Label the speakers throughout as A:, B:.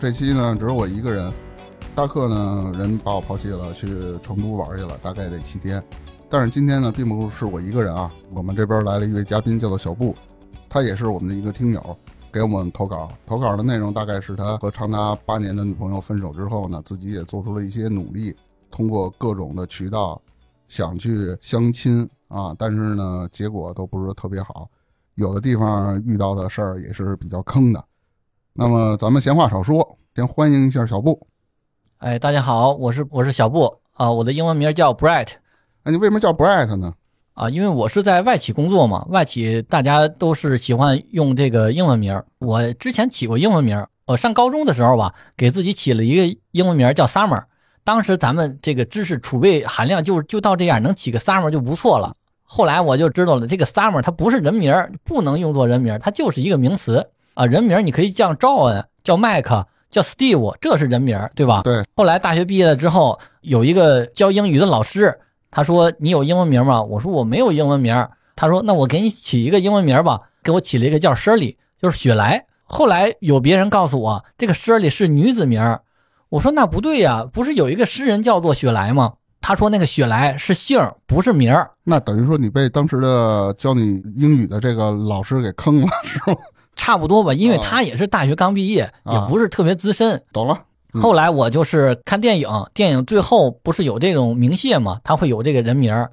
A: 这期呢只有我一个人，大克呢人把我抛弃了，去成都玩去了，大概得七天。但是今天呢，并不是我一个人啊，我们这边来了一位嘉宾，叫做小布，他也是我们的一个听友，给我们投稿。投稿的内容大概是他和长达八年的女朋友分手之后呢，自己也做出了一些努力，通过各种的渠道想去相亲啊，但是呢，结果都不是特别好，有的地方遇到的事儿也是比较坑的。那么咱们闲话少说，先欢迎一下小布。
B: 哎，大家好，我是我是小布啊、我的英文名叫 Bright
A: 哎，你为什么叫 Bright 呢？
B: 啊、因为我是在外企工作嘛，外企大家都是喜欢用这个英文名儿。我之前起过英文名儿，我上高中的时候吧，给自己起了一个英文名儿叫 Summer。当时咱们这个知识储备含量就就到这样，能起个 Summer 就不错了。后来我就知道了，这个 Summer 它不是人名儿，不能用作人名儿，它就是一个名词啊、人名儿你可以叫赵恩、叫麦克、叫 Steve，这是人名儿，对吧？
A: 对。
B: 后来大学毕业了之后，有一个教英语的老师，他说：“你有英文名吗？”我说：“我没有英文名。”他说：“那我给你起一个英文名吧。”给我起了一个叫 Shirley，就是雪莱。后来有别人告诉我，这个 Shirley 是女子名儿。我说：“那不对呀、不是有一个诗人叫做雪莱吗？”他说：“那个雪莱是姓儿，不是名儿。
A: 那等于说你被当时的教你英语的这个老师给坑了，是 吗？
B: 差不多吧，因为
A: 哦
B: 他也是大学刚毕业，
A: 啊
B: 也不是特别资深。
A: 懂了，嗯
B: 后来我就是看电影，电影最后不是有这种明谢嘛，他会有这个人名儿，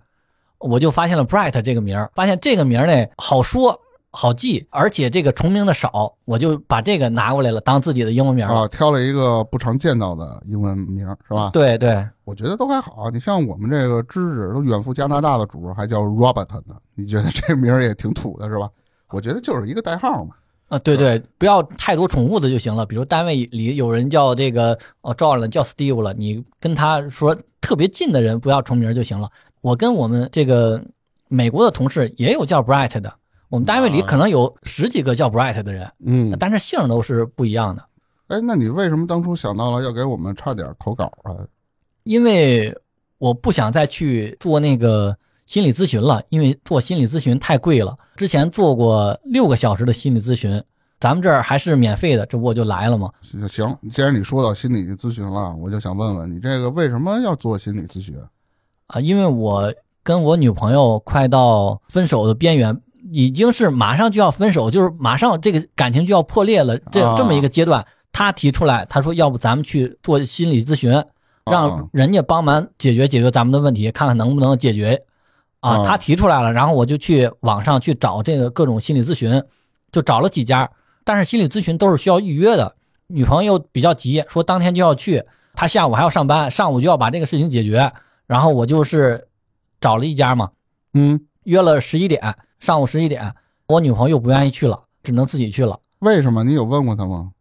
B: 我就发现了 Bright 这个名儿，发现这个名儿呢好说好记，而且这个重名的少，我就把这个拿过来了当自己的英文名儿了。
A: 啊，挑了一个不常见到的英文名儿，是吧？
B: 对对，
A: 我觉得都还好。啊你像我们这个知识都远赴加拿大的主还叫 Robert 呢，你觉得这名儿也挺土的，是吧？我觉得就是一个代号嘛。
B: 啊，对对，不要太多宠物的就行了。比如单位里有人叫这个哦赵了，叫 Steve 了，你跟他说特别近的人不要重名就行了。我跟我们这个美国的同事也有叫 Bright 的，我们单位里可能有十几个叫 Bright 的人，
A: 嗯，
B: 但是姓儿都是不一样的。
A: 哎，那你为什么当初想到了要给我们差点投稿啊？
B: 因为我不想再去做那个心理咨询了，因为做心理咨询太贵了。之前做过六个小时的心理咨询，咱们这儿还是免费的，这不我就来了嘛。
A: 行，行既然你说到心理咨询了，我就想问问你，这个为什么要做心理咨询？
B: 啊，因为我跟我女朋友快到分手的边缘，已经是马上就要分手，就是马上这个感情就要破裂了，这
A: 啊
B: 这么一个阶段，她提出来，她说要不咱们去做心理咨询，让
A: 啊
B: 人家帮忙解决解决咱们的问题，看看能不能解决。啊，
A: 啊
B: 她提出来了，然后我就去网上去找这个各种心理咨询，就找了几家，但是心理咨询都是需要预约的。女朋友比较急，说当天就要去，她下午还要上班，上午就要把这个事情解决。然后我就是找了一家嘛，
A: 嗯，
B: 约了十一点，上午十一点，我女朋友又不愿意去了，只能自己去了。
A: 为什么？你有问过他吗？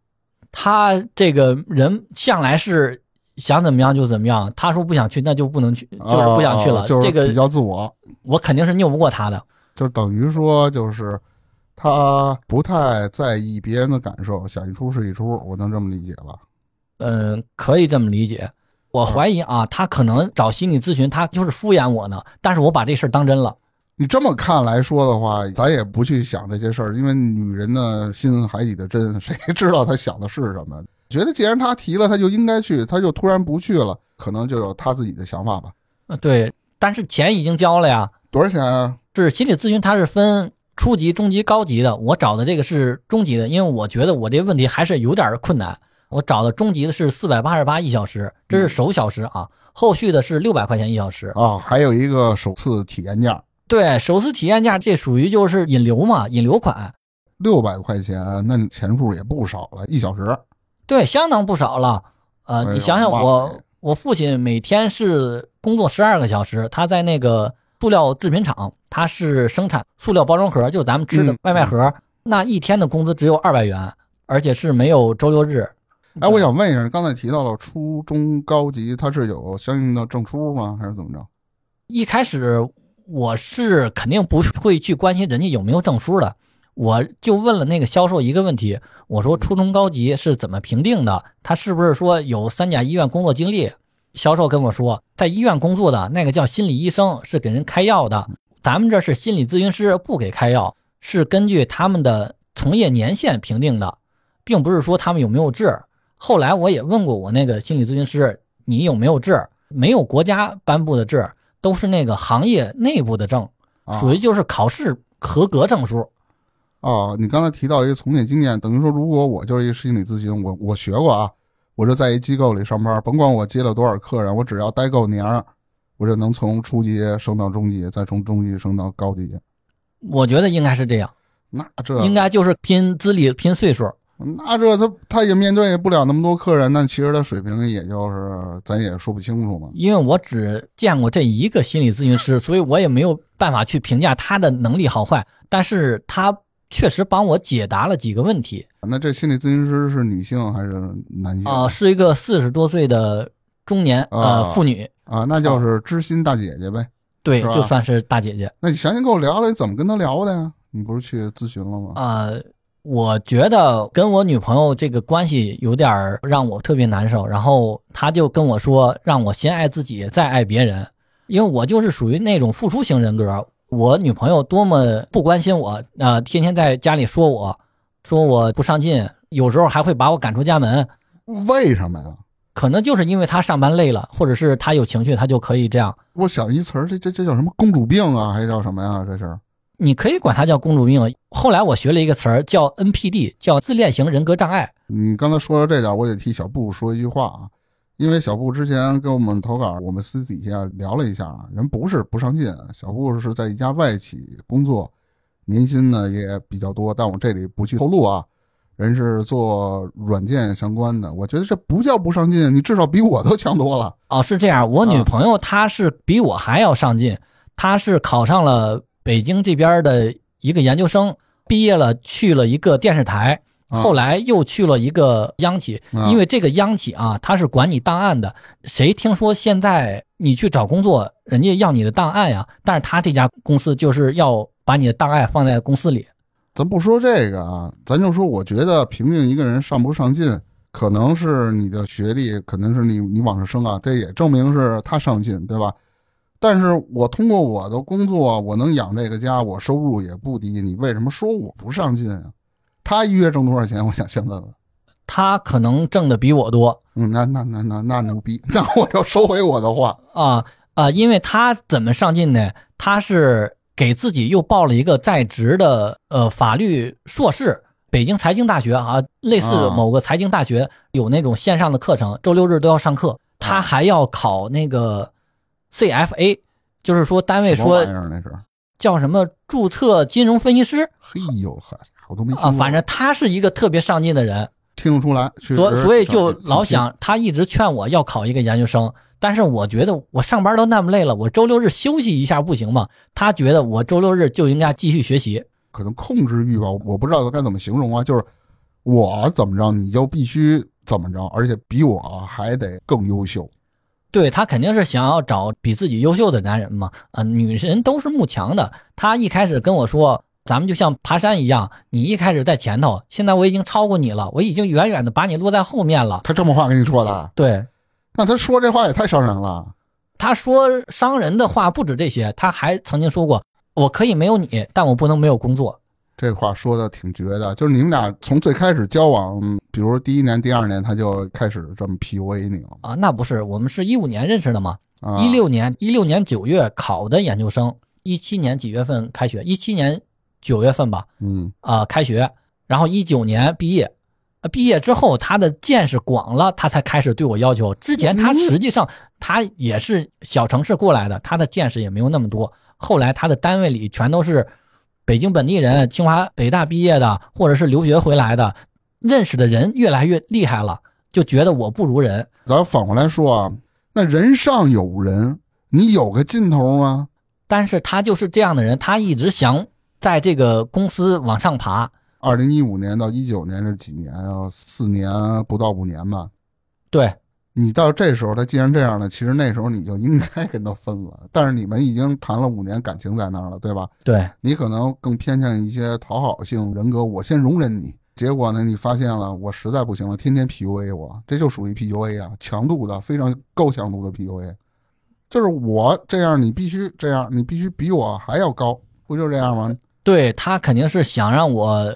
B: 她这个人向来是想怎么样就怎么样，她说不想去，那就不能去，就是不想去了。
A: 啊就是
B: 这
A: 比
B: 个
A: 较自我，
B: 我肯定是拗不过她的。
A: 就等于说就是他不太在意别人的感受，想一出是一出，我能这么理解吧？
B: 嗯，可以这么理解。我怀疑啊，她可能找心理咨询，她就是敷衍我呢。但是我把这事儿当真了。
A: 你这么看来说的话，咱也不去想这些事儿，因为女人的心海底的针，谁知道她想的是什么？觉得既然她提了，她就应该去，她就突然不去了，可能就有她自己的想法吧。
B: 呃对，但是钱已经交了呀。
A: 多少钱啊？
B: 是心理咨询，它是分初级、中级、高级的。我找的这个是中级的，因为我觉得我这问题还是有点困难。我找的中级的是四百八十八一小时，这是首小时啊，后续的是六百块钱一小时。
A: 啊，还有一个首次体验价
B: 对，首次体验价这属于就是引流嘛，引流款，
A: 六百块钱，那钱数也不少了，一小时。
B: 对，相当不少了。呃，
A: 哎呦
B: 你想想
A: 哇
B: 我，我父亲每天是工作十二个小时，他在那个塑料制品厂，他是生产塑料包装盒，就是咱们吃的
A: 嗯
B: 外卖盒，那一天的工资只有二百元，而且是没有周六日。
A: 哎，我想问一下，刚才提到了初中高级，它是有相应的证书吗？还是怎么着？
B: 一开始我是肯定不会去关心人家有没有证书的，我就问了那个销售一个问题，我说初中高级是怎么评定的？他是不是说有三甲医院工作经历？销售跟我说，在医院工作的那个叫心理医生，是给人开药的，咱们这是心理咨询师，不给开药，是根据他们的从业年限评定的，并不是说他们有没有治。后来我也问过我那个心理咨询师，你有没有治？没有国家颁布的证，都是那个行业内部的证，
A: 啊
B: 属于就是考试合格证书。
A: 哦，你刚才提到一个从业经验，等于说，如果我就是一个心理咨询，我我学过啊，我就在一机构里上班，甭管我接了多少客人，我只要待够年儿，我就能从初级升到中级，再从中级升到高级。
B: 我觉得应该是这样，
A: 那这
B: 应该就是拼资历、拼岁数。
A: 那这他他也面对不了那么多客人，那其实他水平也就是咱也说不清楚嘛。
B: 因为我只见过这一个心理咨 询师，所以我也没有办法去评价他的能力好坏。但是他确实帮我解答了几个问题。
A: 那这心理咨询师是女性还是男性
B: 啊、是一个四十多岁的中年
A: 嗯啊
B: 呃妇女，
A: 啊那就是知心大姐姐呗。
B: 对，
A: 是吧
B: 就算是大姐姐。
A: 那你详细跟我聊聊，你怎么跟她聊的呀？你不是去咨询了吗？
B: 呃，我觉得跟我女朋友这个关系有点儿让我特别难受，然后她就跟我说，让我先爱自己，再爱别人，因为我就是属于那种付出型人格。我女朋友多么不关心我，呃，天天在家里说我，说我不上进，有时候还会把我赶出家门。
A: 为什么呀？
B: 可能就是因为她上班累了，或者是她有情绪，她就可以这样。
A: 我想一词儿，这这这叫什么公主病啊，还叫什么呀？这是
B: 你可以管它叫公主病。后来我学了一个词儿叫 NPD，叫自恋型人格障碍。
A: 你刚才说到这点，我得替小布说一句话啊，因为小布之前跟我们投稿，我们私底下聊了一下啊，人不是不上进，啊小布是在一家外企工作，年薪呢也比较多，但我这里不去透露啊。人是做软件相关的，我觉得这不叫不上进，你至少比我都强多了。
B: 哦，是这样。我
A: 啊
B: 女朋友她是比我还要上进，她是考上了北京这边的一个研究生，毕业了去了一个电视台，
A: 啊
B: 后来又去了一个央企。
A: 啊
B: 因为这个央企啊，它是管你档案的。谁听说现在你去找工作，人家要你的档案呀？但是他这家公司就是要把你的档案放在公司里。
A: 咱不说这个啊，咱就说，我觉得评定一个人上不上进，可能是你的学历，可能是你你往上升啊，这也证明是他上进，对吧？但是我通过我的工作，我能养这个家，我收入也不低，你为什么说我不上进啊？他一月挣多少钱？我想先问问。
B: 他可能挣的比我多，
A: 嗯，那那那那那牛逼，那我就收回我的话。
B: 啊啊，因为他怎么上进呢？他是给自己又报了一个在职的呃法律硕士，北京财经大学啊，类似
A: 啊
B: 某个财经大学有那种线上的课程，周六日都要上
A: 啊
B: 课。他还要考那个 CFA，就是说单位
A: 什么玩
B: 说
A: 意儿那是？
B: 叫什么注册金融分析师
A: 嘿呦呵，我都没听
B: 啊，
A: 过
B: 反正他是一个特别上进的人。
A: 听得出来，确实
B: 所所以就
A: 挺
B: 老想，他一直劝我要考一个研究生，但是我觉得我上班都那么累了，我周六日休息一下不行吗？他觉得我周六日就应该继续学习。
A: 可能控制欲吧，我不知道该怎么形容啊，就是我怎么着你就必须怎么着，而且比我还得更优秀。
B: 对他肯定是想要找比自己优秀的男人嘛，呃，女人都是慕强的。他一开始跟我说，咱们就像爬山一样，你一开始在前头，现在我已经超过你了，我已经远远的把你落在后面了。
A: 他这么话跟你说的，
B: 对，
A: 那他说这话也太伤人了。
B: 他说伤人的话不止这些，他还曾经说过，我可以没有你，但我不能没有工作。
A: 这话说的挺绝的，就是你们俩从最开始交往，嗯比如第一年、第二年，他就开始这么 PUA 你了。
B: 啊，那不是，我们是一五年认识的嘛，
A: 啊
B: 一六年一六年九月考的研究生，一七年几月份开学？一七年九月份吧，
A: 嗯，
B: 啊、开学，然后一九年毕业，呃毕业之后他的见识广了，他才开始对我要求。之前他实际上他也是小城市过来的，他的见识也没有那么多。后来他的单位里全都是北京本地人，清华、北大毕业的，或者是留学回来的，认识的人越来越厉害了，就觉得我不如人。
A: 咱反过来说啊，那人上有人，你有个劲头吗？
B: 但是他就是这样的人，他一直想在这个公司往上爬，
A: 二零一五年到一九年这几年啊，四年不到五年吧。
B: 对，
A: 你到这时候，他既然这样了，其实那时候你就应该跟他分了。但是你们已经谈了五年，感情在那儿了，对吧？
B: 对，
A: 你可能更偏向一些讨好性人格，我先容忍你。结果呢，你发现了我实在不行了，天天 PUA 我，这就属于 PUA 啊，强度的，非常高强度的 PUA。就是我这样，你必须这样，你必须比我还要高，不就这样吗？
B: 对他肯定是想让我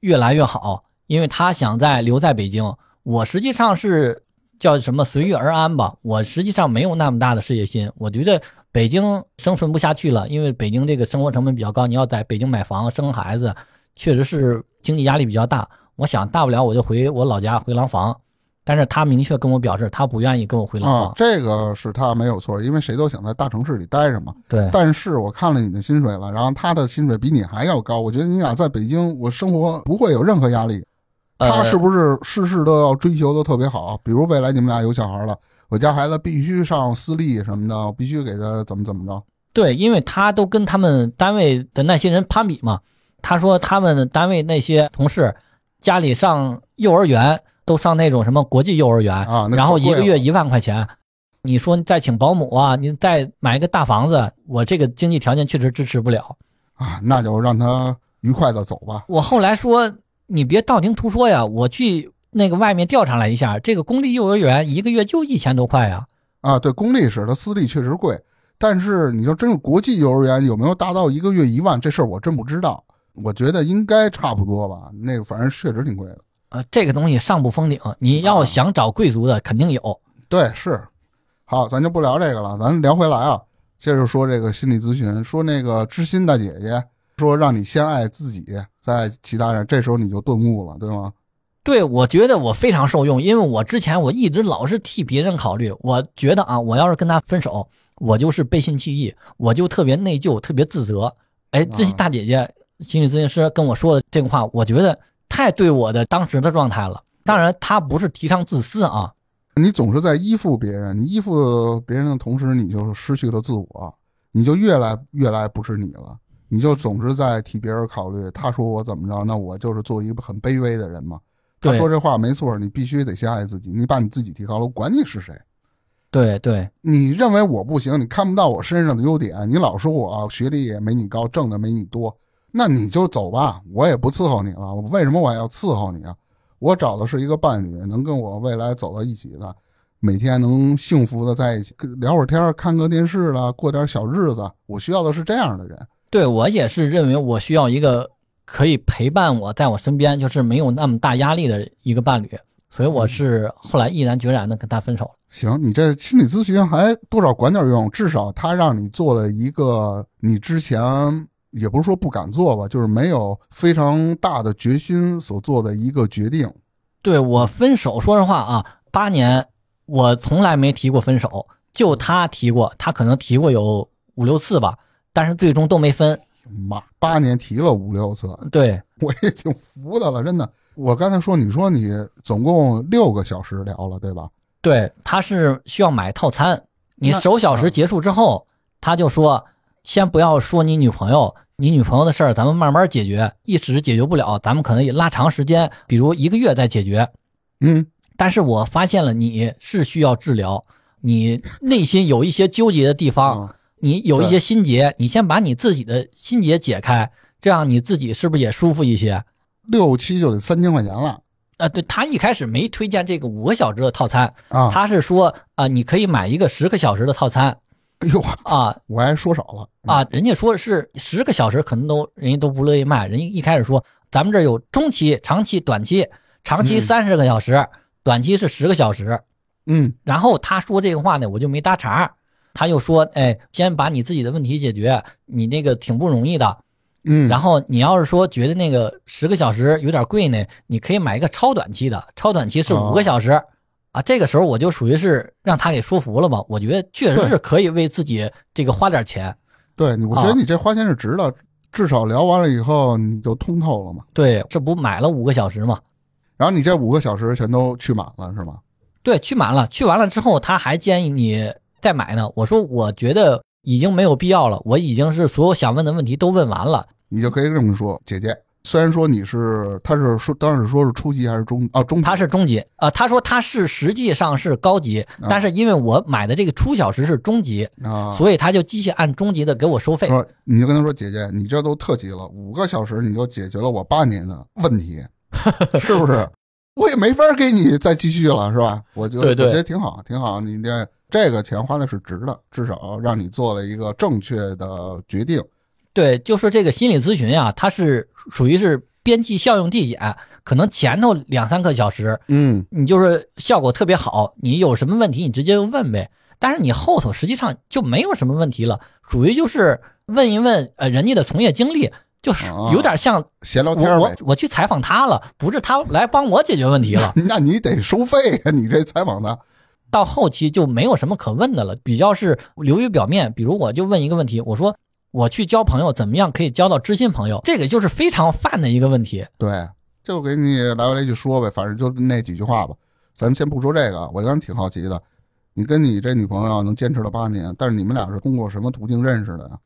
B: 越来越好，因为他想在留在北京。我实际上是叫什么随遇而安吧，我实际上没有那么大的事业心。我觉得北京生存不下去了，因为北京这个生活成本比较高，你要在北京买房、生孩子，确实是经济压力比较大。我想大不了我就回我老家回廊坊，但是他明确跟我表示他不愿意跟我回廊坊。
A: 啊，这个是他没有错，因为谁都想在大城市里待着嘛。
B: 对
A: 但是我看了你的薪水了，然后他的薪水比你还要高，我觉得你俩在北京，我生活不会有任何压力。他
B: 呃
A: 是不是事事都要追求的特别好？比如未来你们俩有小孩了，我家孩子必须上私立什么的，我必须给他怎么怎么着。
B: 对，因为他都跟他们单位的那些人攀比嘛。他说他们单位那些同事，家里上幼儿园都上那种什么国际幼儿园，
A: 啊那
B: 然后一
A: 可
B: 个
A: 贵
B: 月
A: 了
B: 一万块钱。你说你再请保姆啊，你再买一个大房子，我这个经济条件确实支持不了。
A: 啊，那就让他愉快的走吧。
B: 我后来说，你别道听途说呀，我去那个外面调查了一下，这个公立幼儿园一个月就一千多块呀。
A: 啊，对，公立是，它私立确实贵，但是你说真是国际幼儿园有没有达到一个月一万这事儿，我真不知道。我觉得应该差不多吧，那个反正确实挺贵的。
B: 呃，这个东西上不封顶，你
A: 啊
B: 要想找贵族的肯定有。
A: 对，是。好，咱就不聊这个了，咱聊回来啊，接着说这个心理咨询，说那个知心大姐姐说让你先爱自己，再爱其他人，这时候你就顿悟了，对吗？
B: 对，我觉得我非常受用，因为我之前我一直老是替别人考虑，我觉得啊，我要是跟他分手，我就是背信弃义，我就特别内疚，特别自责。哎，这
A: 啊
B: 大姐姐心理咨询师跟我说的这个话，我觉得太对我的当时的状态了。当然，她不是提倡自私啊，
A: 你总是在依附别人，你依附别人的同时，你就失去了自我，你就越来越来不是你了，你就总是在替别人考虑。他说我怎么着，那我就是做一个很卑微的人嘛。他
B: 对
A: 说这话没错，你必须得先爱自己，你把你自己提高了，我管你是谁。
B: 对对
A: 你认为我不行，你看不到我身上的优点，你老说我啊学历也没你高，挣的没你多，那你就走吧，我也不伺候你了。为什么我还要伺候你啊？我找的是一个伴侣，能跟我未来走到一起的，每天能幸福的在一起聊会儿天儿，看个电视啦，过点小日子。我需要的是这样的人。
B: 对，我也是认为我需要一个可以陪伴我在我身边，就是没有那么大压力的一个伴侣，所以我是后来毅然决然的跟他分手了。
A: 行，你这心理咨询还多少管点用，至少他让你做了一个你之前也不是说不敢做吧，就是没有非常大的决心所做的一个决定。
B: 对我分手，说实话啊，八年我从来没提过分手，就他提过，他可能提过有五六次吧，但是最终都没分。
A: 妈，八年提了 五六次，
B: 对
A: 我也挺服的了，真的。我刚才说，你说你总共六个小时聊了，对吧？
B: 对，他是需要买套餐，你
A: 那
B: 首小时
A: 嗯
B: 结束之后，他就说先不要说你女朋友，你女朋友的事儿咱们慢慢解决，一时解决不了，咱们可能也拉长时间，比如一个月再解决。
A: 嗯，
B: 但是我发现了你是需要治疗，你内心有一些纠结的地方。
A: 啊，
B: 你有一些
A: 对
B: 心结，你先把你自己的心结解开，这样你自己是不是也舒服一些？
A: 六期就得三千块钱了
B: 啊，对他一开始没推荐这个五个小时的套餐，
A: 啊！
B: 他是说啊、你可以买一个十个小时的套餐
A: 哎呦，
B: 啊
A: 我还说少了
B: 啊，人家说是十个小时，可能都人家都不乐意卖，人家一开始说咱们这儿有中期、长期、短期，长期
A: 嗯
B: 三十个小时，短期是十个小时，
A: 嗯，
B: 然后他说这个话呢，我就没搭茬儿。他又说：“哎，先把你自己的问题解决，你那个挺不容易的，
A: 嗯
B: 然
A: 后
B: 后你要是说觉得那个十个小时有点贵呢，你可以买一个超短期的，超短期是
A: 哦
B: 五个小时、啊。这个时候我就属于是让他给说服了吧，我觉得确实
A: 对
B: 是可以为自己这个花点钱。
A: 对你，我觉
B: 啊
A: 得你这花钱是值的，至少聊完了以后你就通透了嘛。
B: 对，这不买了五个小时嘛？
A: 然后你这五个小时全都去满了是吗？
B: 对，去满了，去完了之后他还建议你再买呢。我说我觉得
A: 嗯
B: 已经没有必要了，我已经是所有想问的问题都问完了。
A: 你就可以这么说，姐姐，虽然说你是，他是说当时说是初级还是中啊中级，
B: 他是中级啊、呃他说他是实际上是高级，
A: 嗯
B: 但是因为我买的这个初小时是中级，
A: 啊，嗯
B: 所以他就继续按中级的给我收费。
A: 说你就跟他说姐姐，你这都特级了，五个小时你就解决了我八年的问 题，是不是？我也没法给你再继续了，是吧？我觉得
B: 对对
A: 我觉得挺好，挺好，你这这个钱花的是值的，至少让你做了一个正确的决定。
B: 对，就是这个心理咨询呀、它是属于是边际效用递减，可能前头两三个小时
A: 嗯，
B: 你就是效果特别好，你有什么问题你直接就问呗。但是你后头实际上就没有什么问题了，属于就是问一问呃人家的从业经历，就是
A: 啊
B: 有点像
A: 闲聊
B: 我
A: 天儿
B: 我
A: 哦呗。
B: 我去采访他了，不是他来帮我解决问题了。
A: 那你得收费啊！你这采访他，
B: 到后期就没有什么可问的了，比较是流于表面。比如我就问一个问题，我说我去交朋友怎么样可以交到知心朋友，这个就是非常泛的一个问题。
A: 对，就给你来回来去说呗，反正就那几句话吧。咱们先不说这个，我刚挺好奇的，你跟你这女朋友能坚持了八年，但是你们俩是通过什么途径认识的呀？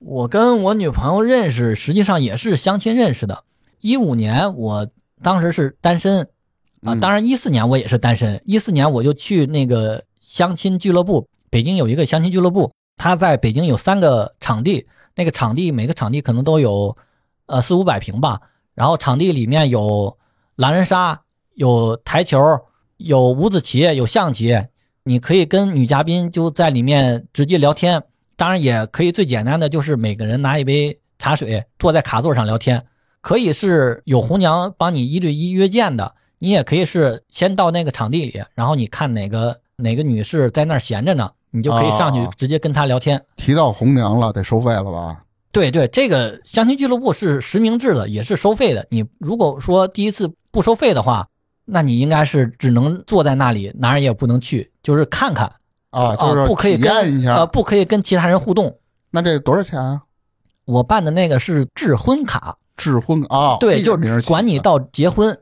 B: 我跟我女朋友认识，实际上也是相亲认识的。一五年我当时是单身啊，
A: 嗯
B: 当然一四年我也是单身。一四年我就去那个相亲俱乐部，北京有一个相亲俱乐部，它在北京有三个场地，那个场地每个场地可能都有呃四五百平吧。然后场地里面有狼人杀，有台球，有五子棋，有象棋，你可以跟女嘉宾就在里面直接聊天。当然也可以最简单的就是每个人拿一杯茶水，坐在卡座上聊天。可以是有红娘帮你一对一约见的，你也可以是先到那个场地里，然后你看哪个哪个女士在那儿闲着呢，你就可以上去
A: 哦
B: 直接跟她聊天。
A: 提到红娘了，得收费了吧？
B: 对对，这个相亲俱乐部是实名制的，也是收费的。你如果说第一次不收费的话，那你应该是只能坐在那里，哪儿也不能去，就是看看
A: 啊，
B: 啊
A: 就是
B: 不可以
A: 体验
B: 跟
A: 一
B: 呃，
A: 下。
B: 不可以跟其他人互动。
A: 那这多少钱啊？
B: 我办的那个是智婚卡，
A: 智婚啊？
B: 对，
A: 这
B: 就
A: 名儿
B: 是
A: 起
B: 管你
A: 的
B: 到结婚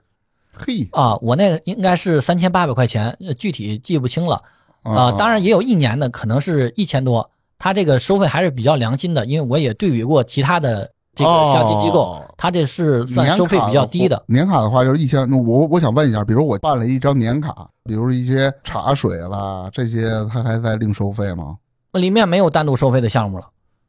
A: 嘿
B: 啊。我那个应该是三千八百块钱，呃具体记不清了啊。当然也有一年的，可能是一千多。他这个收费还是比较良心的，因为我也对比过其他的这个相亲机构，
A: 哦
B: 他这是
A: 年
B: 算收费
A: 卡
B: 比较低的
A: 话。。年卡的话就是一千。那我我想问一下，比如我办了一张年卡，比如一些茶水啦这些，他还在另收费吗？
B: 里面没有单独收费的项目了。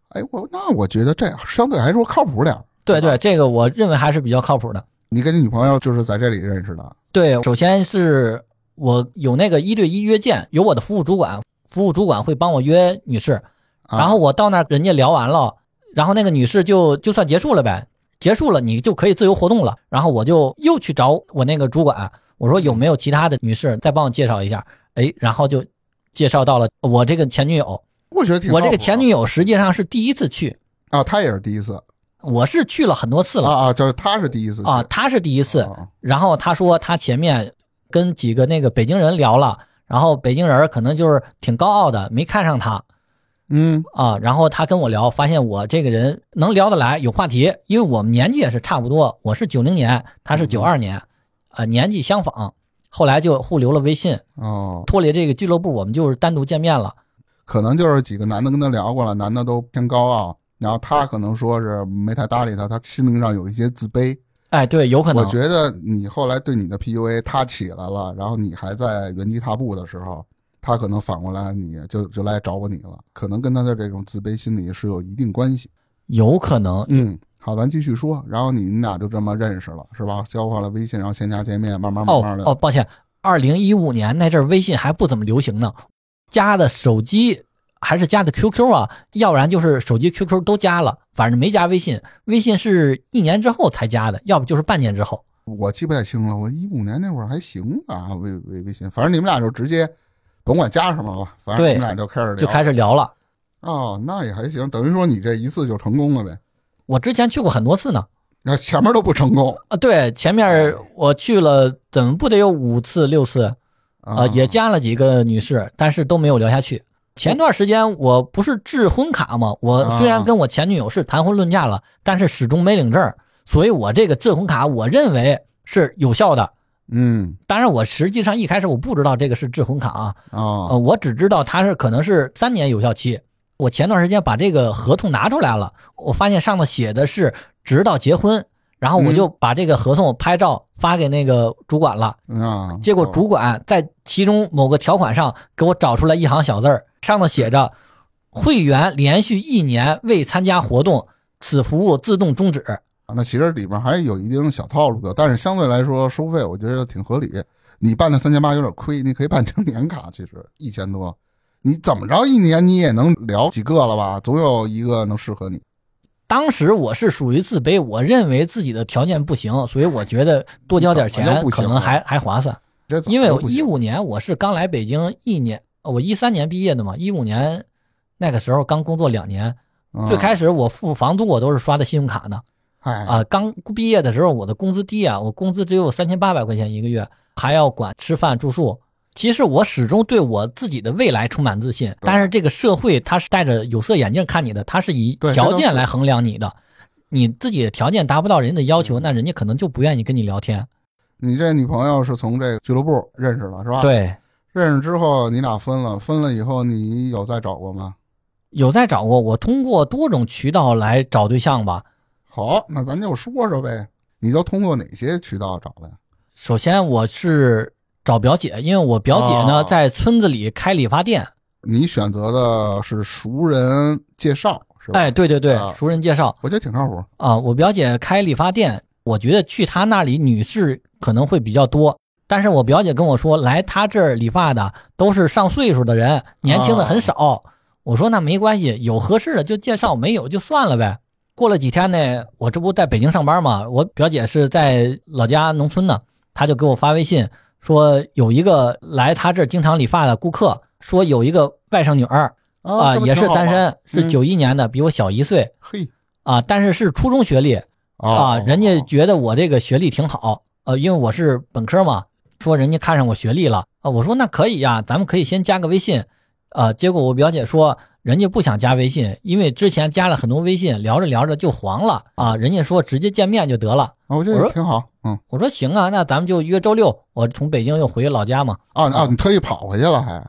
A: 哎，我那我觉得这样相对来说靠谱点儿。
B: 对
A: 吧
B: 对，这个我认为还是比较靠谱的。
A: 你跟你女朋友就是在这里认识的，
B: 对，首先是我有那个一对一约见，有我的服务主管，服务主管会帮我约女士，
A: 啊
B: 然后我到那儿人家聊完了，然后那个女士就就算结束了呗，结束了你就可以自由活动了。然后我就又去找我那个主管，我说有没有其他的女士再帮我介绍一下？哎，然后就介绍到了我这个前女友，
A: 我觉得挺
B: 我这
A: 靠
B: 个
A: 谱
B: 前女友实际上是第一次去，
A: 啊，她也是第一次
B: 我是去了很多次
A: 啊
B: 了
A: 啊，就是她是第一次
B: 啊，她是第一
A: 去
B: 次，
A: 啊
B: 然后他说他前面跟几个那个北京人聊了，然后北京人可能就是挺高傲的，没看上他
A: 嗯
B: 啊。然后他跟我聊，发现我这个人能聊得来，有话题，因为我们年纪也是差不多，我是九零年，他是九二年，呃，年纪相仿。后来就互留了微信，
A: 哦，
B: 脱离这个俱乐部，我们就是单独见面了。
A: 可能就是几个男的跟她聊过了，男的都偏高傲，然后她可能说是没太搭理他，她心灵上有一些自卑。
B: 哎，对，有可
A: 我
B: 能。
A: 觉得你后来对你的 PUA 她起来了，然后你还在原地踏步的时候，她可能反过来你就就来找我你了，可能跟她的这种自卑心理是有一定关系。
B: 有可能，
A: 嗯，好，咱继续说。然后你们俩就这么认识了，是吧？交换了微信，然后线下见面，慢慢慢慢
B: 哦
A: 的。
B: 哦，抱歉，二零一五年那阵儿微信还不怎么流行呢，加的手机还是加的 QQ 啊，要不然就是手机 QQ 都加了，反正没加微信。微信是一年之后才加的，要不就是半年之后。
A: 我记不太清了，我一五年那会儿还行啊，微微微信，反正你们俩就直接甭管加什么吧，反正你
B: 对
A: 们俩就开始聊
B: 就开始聊了。
A: 哦，那也还行，等于说你这一次就成功了呗。
B: 我之前去过很多次呢，
A: 那前面都不成功
B: 啊，对，前面我去了，怎么不得有五次六次？
A: 啊
B: 呃，也加了几个女士，但是都没有聊下去。前段时间我不是制婚卡吗？我虽然跟我前女友是谈婚论嫁了，但是始终没领证儿，所以我这个制婚卡我认为是有效的。
A: 嗯
B: 当然，我实际上一开始我不知道这个是制婚卡啊，
A: 啊
B: 呃，我只知道它是可能是三年有效期。我前段时间把这个合同拿出来了，我发现上头写的是直到结婚，然后我
A: 嗯
B: 就把这个合同拍照发给那个主管了。
A: 啊，
B: 结果
A: 哦
B: 主管在其中某个条款上给我找出来一行小字儿，上头写着：“会员连续一年未参加活动，此服务自动终止。
A: 啊那其实里面还有一定小套路的，但是相对来说收费我觉得挺合理。你办的三千八有点亏，你可以办成年卡，其实一千多，你怎么着一年你也能聊几个了吧？总有一个能适合你。”
B: 当时我是属于自卑，我认为自己的条件不行，所以我觉得多交点
A: 怎么
B: 钱
A: 就不
B: 可
A: 行啊
B: 能还还划算。
A: 这怎么
B: 因为
A: 都
B: 我
A: 不
B: 一
A: 行
B: 五年我是刚来北京一年，呃我一三年毕业的嘛，一五年那个时候刚工作两年，
A: 啊
B: 最，开始我付房租我都是刷的信用卡呢。
A: 哎，
B: 啊，刚毕业的时候我的工资低啊，我工资只有三千八百块钱一个月，还要管吃饭住宿。其实我始终对我自己的未来充满自信，但是这个社会它是戴着有色眼镜看你的，它是以
A: 对这
B: 条
A: 倒
B: 件
A: 是
B: 来衡量你的。你自己的条件达不到人家的要
A: 嗯
B: 求，那人家可能就不愿意跟你聊天。
A: 你这女朋友是从这个俱乐部认识了是吧？，
B: 对，
A: 认识之后你俩分了，分了以后你有再找过吗？
B: 有在找过，我通过多种渠道来找对象吧。
A: 好，那咱就说说呗，你都通过哪些渠道找的呀？
B: 首先我是找表姐，因为我表姐呢、
A: 哦
B: 在村子里开理发店，
A: 你选择的是熟人介绍是吧？
B: 哎，对对对，
A: 啊
B: 熟人介绍，
A: 我觉得挺靠谱。
B: 啊，我表姐开理发店，我觉得去她那里女士可能会比较多。但是我表姐跟我说，来她这儿理发的都是上岁数的人，年轻的很少。
A: 啊
B: 我说那没关系，有合适的就介绍，没有就算了呗。过了几天呢，我这不在北京上班嘛，我表姐是在老家农村呢，她就给我发微信说，有一个来她这儿经常理发的顾客，说有一个外甥女儿啊、
A: 哦这不
B: 也
A: 挺
B: 是
A: 好
B: 单
A: 吗
B: 身，是
A: 嗯
B: 九一年的，比我小一岁。
A: 嘿
B: 啊，但是是初中学历
A: 哦
B: 啊，人家觉得我这个学历挺好，呃，因为我是本科嘛，说人家看上我学历了啊，我说那可以呀、咱们可以先加个微信，啊，结果我表姐说人家不想加微信，因为之前加了很多微信，聊着聊着就黄了啊，人家说直接见面就得了，
A: 啊，我觉
B: 我
A: 得
B: 说
A: 挺好。嗯，
B: 我说行啊，那咱们就约周六，我从北京又回老家嘛，
A: 啊啊，你特意跑回去了还？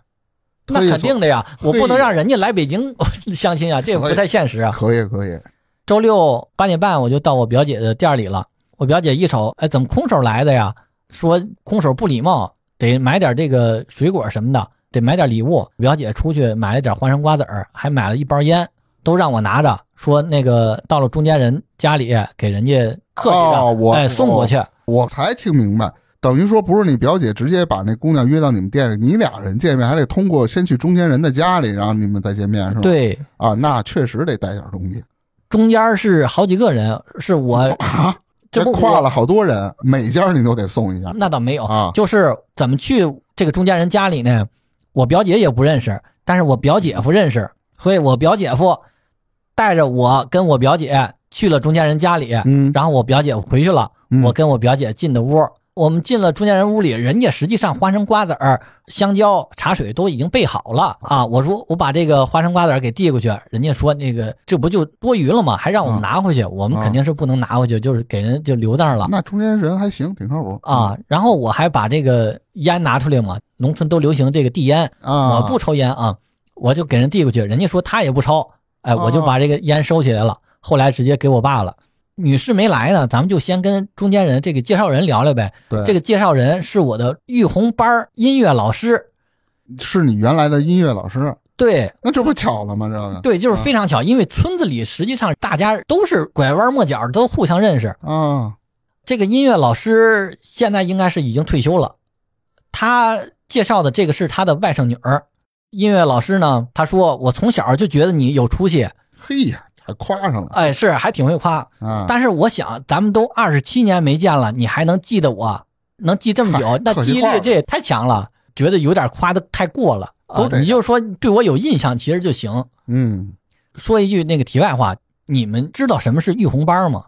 B: 那
A: 特意
B: 肯
A: 说
B: 定的呀，我不能
A: 嘿
B: 让人家来北京 相亲啊，这也不太现实啊。
A: 可以可以，
B: 周六八点半我就到我表姐的店里了。我表姐一瞅，哎，怎么空手来的呀？说空手不礼貌，得买点这个水果什么的，得买点礼物。表姐出去买了点花生瓜子儿，还买了一包烟，都让我拿着。说那个到了中间人家里给人家客气着，
A: 哦我
B: 哎送过去。
A: 我才听明白，等于说不是你表姐直接把那姑娘约到你们店里，你俩人见面还得通过先去中间人的家里，然后你们再见面是吧？
B: 对，
A: 啊，那确实得带点东西。
B: 中间是好几个人，是我
A: 啊，
B: 这不
A: 跨
B: 我
A: 了好多人，每家你都得送一下
B: 那倒没有，
A: 啊。
B: 就是怎么去这个中间人家里呢？我表姐也不认识，但是我表姐夫认识，所以我表姐夫带着我跟我表姐去了中间人家里，
A: 嗯，
B: 然后我表姐夫回去了，
A: 嗯
B: 我跟我表姐进的屋。我们进了中间人屋里，人家实际上花生瓜子儿、香蕉、茶水都已经备好了啊！我说我把这个花生瓜子儿给递过去，人家说那个这不就多余了吗？
A: 嗯
B: 还让我们拿回去，我们
A: 啊
B: 肯定是不能拿回去，就是给人就留那儿了。
A: 那中间人还行，挺靠谱
B: 啊，然后我还把这个烟拿出来嘛，农村都流行这个递烟，
A: 啊！
B: 我不抽烟啊，我就给人递过去，人家说他也不抽，哎，我就
A: 哦
B: 把这个烟收起来了。后来直接给我爸了。女士没来呢，咱们就先跟中间人这个介绍人聊聊呗。
A: 对，
B: 这个介绍人是我的育红班儿音乐老师，
A: 是你原来的音乐老师，
B: 对
A: 那这不巧了吗？这个
B: 对，就是非常巧，因为村子里实际上大家都是拐弯抹角，都互相认识。
A: 啊，
B: 这个音乐老师现在应该是已经退休了。他介绍的这个是他的外甥女儿。音乐老师呢，他说我从小就觉得你有出息，
A: 嘿呀，还夸上了
B: 哎，是还挺会夸。
A: 啊！
B: 但是我想，咱们都二十七年没见了，你还能记得我，能记这么久
A: 嗨，
B: 那
A: 客气
B: 记忆
A: 话
B: 力
A: 了
B: 这也太强了，觉得有点夸的太过了
A: 都
B: 啊、
A: 这样
B: 你就说对我有印象，其实就行。
A: 嗯
B: 说一句那个题外话，你们知道什么是育红班吗？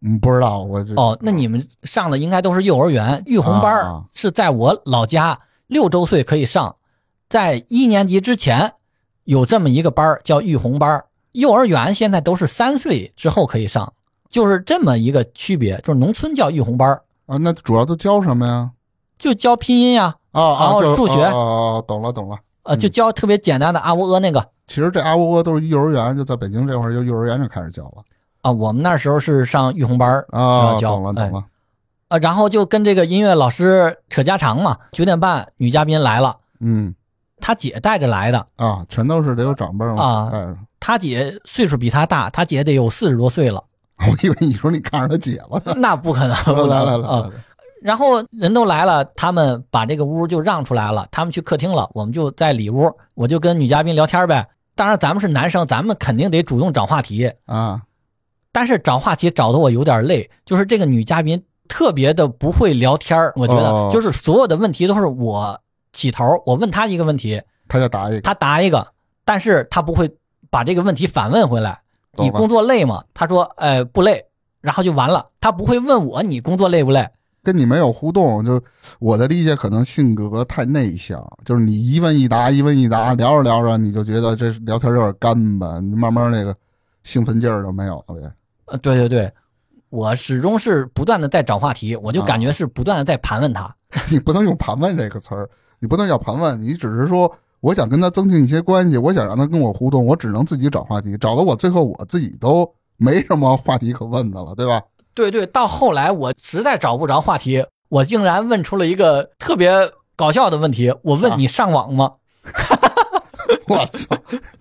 A: 嗯，不知道我这
B: 哦，那你们上的应该都是幼儿园。育红班儿
A: 啊
B: 是在我老家，六周岁可以上，在一年级之前有这么一个班儿叫育红班儿。幼儿园现在都是三岁之后可以上，就是这么一个区别，就是农村叫育红班儿，
A: 啊，那主要都教什么呀？
B: 就教拼音呀、
A: 啊啊，
B: 哦
A: 就
B: 数学
A: 哦哦，哦懂了懂了。
B: 呃，就教特别简单的啊喔呃那个
A: 其实这阿窝窝都是幼儿园，就在北京这块儿，就幼儿园就开始教了
B: 啊，我们那时候是上育红班儿
A: 啊，
B: 学校教
A: 懂了
B: 哎
A: 懂了，
B: 啊，然后就跟这个音乐老师扯家常嘛。九点半女嘉宾来了，
A: 嗯
B: 她姐带着来的，
A: 啊，全都是得有长辈儿嘛
B: 啊
A: 带着。
B: 她姐岁数比她大，她姐得有四十多岁了，
A: 我以为你说你看上他姐了呢。
B: 那不可能。不 可能
A: 来来来
B: 啊
A: 来，
B: 然后人都来了，他们把这个屋就让出来了，他们去客厅了，我们就在里屋，我就跟女嘉宾聊天呗。当然，咱们是男生，咱们肯定得主动找话题，
A: 来啊，
B: 但是找话题找的我有点累，就是这个女嘉宾特别的不会聊天儿我觉
A: 哦
B: 得就是所有的问题都是我起头，我问她一个问题，
A: 他就打一个，
B: 她答一个，但是她不会把这个问题反问回来。
A: 懂
B: 你
A: 了
B: 工作累吗？她说，呃，不累，然后就完了，她不会问我你工作累不累。
A: 跟你没有互动，就我的理解，可能性格太内向，就是你一问一答，一问一答，聊着聊着，你就觉得这聊天有点干吧，你慢慢那个兴奋劲儿就没有了呗。
B: 呃，对对对，我始终是不断的在找话题，我就感
A: 啊
B: 觉是不断的在盘问他。
A: 你不能用盘问这个词儿，你不能叫盘问，你只是说我想跟他增进一些关系，我想让他跟我互动，我只能自己找话题，找到我最后我自己都没什么话题可问的了，对吧？
B: 对对，到后来我实在找不着话题，我竟然问出了一个特别搞笑的问题，我
A: 啊
B: 问你上网吗？
A: 我操，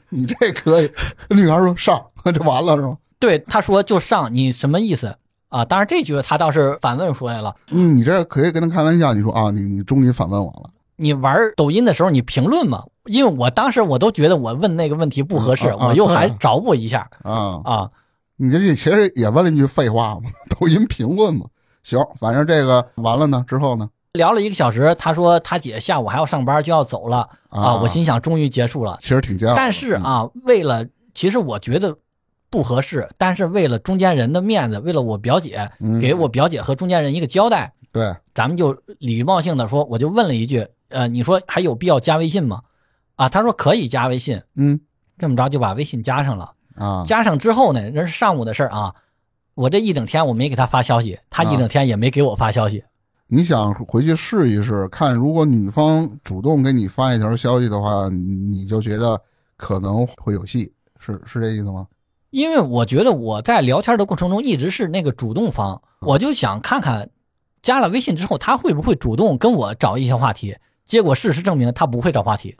A: 你这可以！ 女孩说上， 这完了是吗？
B: 对，他说就上，你什么意思啊？当然这句他倒是反问出来了。
A: 嗯，你这可以跟他开玩笑，你说啊，你你终于反问我了。
B: 你玩抖音的时候，你评论吗？因为我当时我都觉得我问那个问题不合适，
A: 啊啊
B: 我又
A: 对
B: 还找补一下
A: 啊，
B: 啊。
A: 你这其实也问了一句废话嘛， 抖音评论嘛。行，反正这个完了呢，之后呢，
B: 聊了一个小时，他说他姐下午还要上班，就要走了啊。我心想，终于结束了。
A: 其实挺煎熬的，
B: 但是
A: 啊嗯
B: 啊，为了其实我觉得不合适，但是为了中间人的面子，为了我表姐，
A: 嗯
B: 给我表姐和中间人一个交代，
A: 对，
B: 咱们就礼貌性的说，我就问了一句，呃，你说还有必要加微信吗？啊，他说可以加微信，
A: 嗯
B: 这么着就把微信加上了。
A: 啊，
B: 加上之后呢，人是上午的事儿啊，我这一整天我没给他发消息，他一整天也没给我发消息。
A: 你想回去试一试，看如果女方主动给你发一条消息的话，你你就觉得可能会有戏，是是这意思吗？
B: 因为我觉得我在聊天的过程中一直是那个主动方，我就想看看加了微信之后他会不会主动跟我找一些话题。结果事实证明他不会找话题。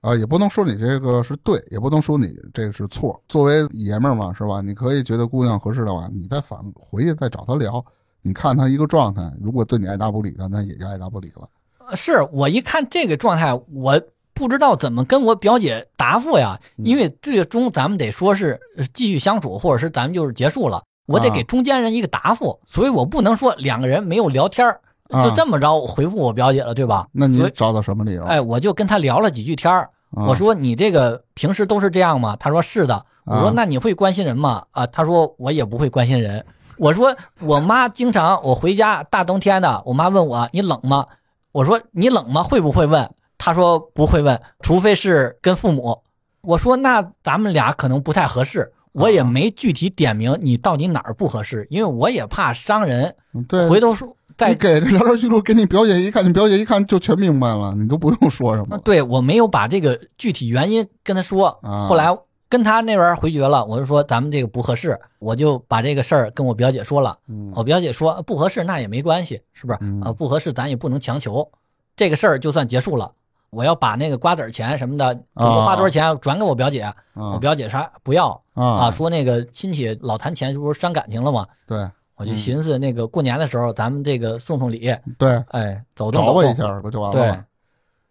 A: 啊，也不能说你这个是对，也不能说你这个是错。作为爷们儿嘛，是吧？你可以觉得姑娘合适的话，你再反回去再找她聊，你看她一个状态，如果对你爱答不理的，那也就爱答不理了。
B: 呃是我一看这个状态，我不知道怎么跟我表姐答复呀，
A: 嗯
B: 因为最终咱们得说是呃继续相处，或者是咱们就是结束了，我得
A: 啊
B: 给中间人一个答复，所以我不能说两个人没有聊天儿
A: 啊嗯
B: 就这么着我回复我表姐了，对吧？
A: 那你
B: 所以
A: 找到什么理由？
B: 哎，我就跟他聊了几句天儿，
A: 啊
B: 我说你这个平时都是这样吗？他说是的。我说
A: 啊
B: 那你会关心人吗？啊，他说我也不会关心人。我说我妈经常我回家大冬天的，我妈问我你冷吗？我说你冷吗？会不会问？他说不会问，除非是跟父母。我说那咱们俩可能不太合适。我
A: 啊
B: 也没具体点明你到底哪儿不合适，因为我也怕伤人。
A: 嗯对，
B: 回头说
A: 你
B: 再
A: 给这聊天记录给你表姐一看，你表姐一看就全明白了，你都不用说什么
B: 啊，
A: 了。
B: 对我没有把这个具体原因跟他说
A: 啊，
B: 后来跟他那边回绝了，我就说咱们这个不合适，我就把这个事儿跟我表姐说了。
A: 嗯
B: 我表姐说呃不合适那也没关系，是不是
A: 嗯？
B: 啊，不合适咱也不能强求，这个事儿就算结束了。我要把那个瓜子儿钱什么的，
A: 啊
B: 我花多少钱转给我表姐，我
A: 啊
B: 表姐啥不要啊，
A: 啊，
B: 说那个亲戚老谈钱，这不是伤感情了吗？
A: 对
B: 我就寻思那个过年的时候咱们这个送送礼，
A: 对，
B: 哎，走动
A: 找
B: 走
A: 我一
B: 动。
A: 下不就完了
B: 对
A: 吗？，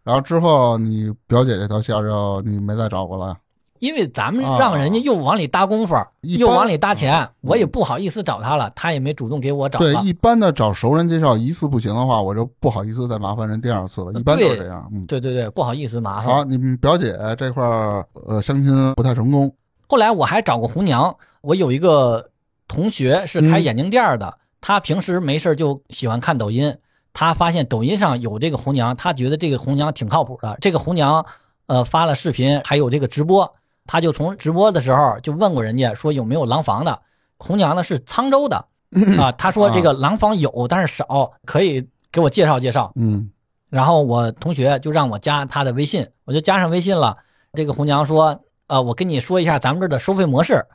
A: 然后之后你表姐这条线儿就你没再找过了。
B: 因为咱
A: 啊
B: 们让人家又往里搭功夫，
A: 一般嗯
B: 又往里搭钱，我也不好意思找他了，他也没主动给我找
A: 对，
B: 了。
A: 一般的找熟人介绍一次不行的话，我就不好意思再麻烦人第二次了。一般都是这样。嗯，
B: 呃对对对，不好意思麻烦。
A: 好，你们表姐这块儿呃相亲不太成功
B: 后来我还找过红娘，我有一个同学是
A: 嗯
B: 开眼镜店的，他平时没事就喜欢看抖音，他发现抖音上有这个红娘，他觉得这个红娘挺靠谱的。这个红娘呃发了视频，还有这个直播，他就从直播的时候就问过人家说有没有廊坊的。红娘呢是 沧州的啊，他说这个廊坊有，但是少，可以给我介绍介绍。
A: 嗯
B: 然后我同学就让我加他的微信，我就加上微信了。这个红娘说：“呃，我跟你说一下咱们这儿的收费模式。”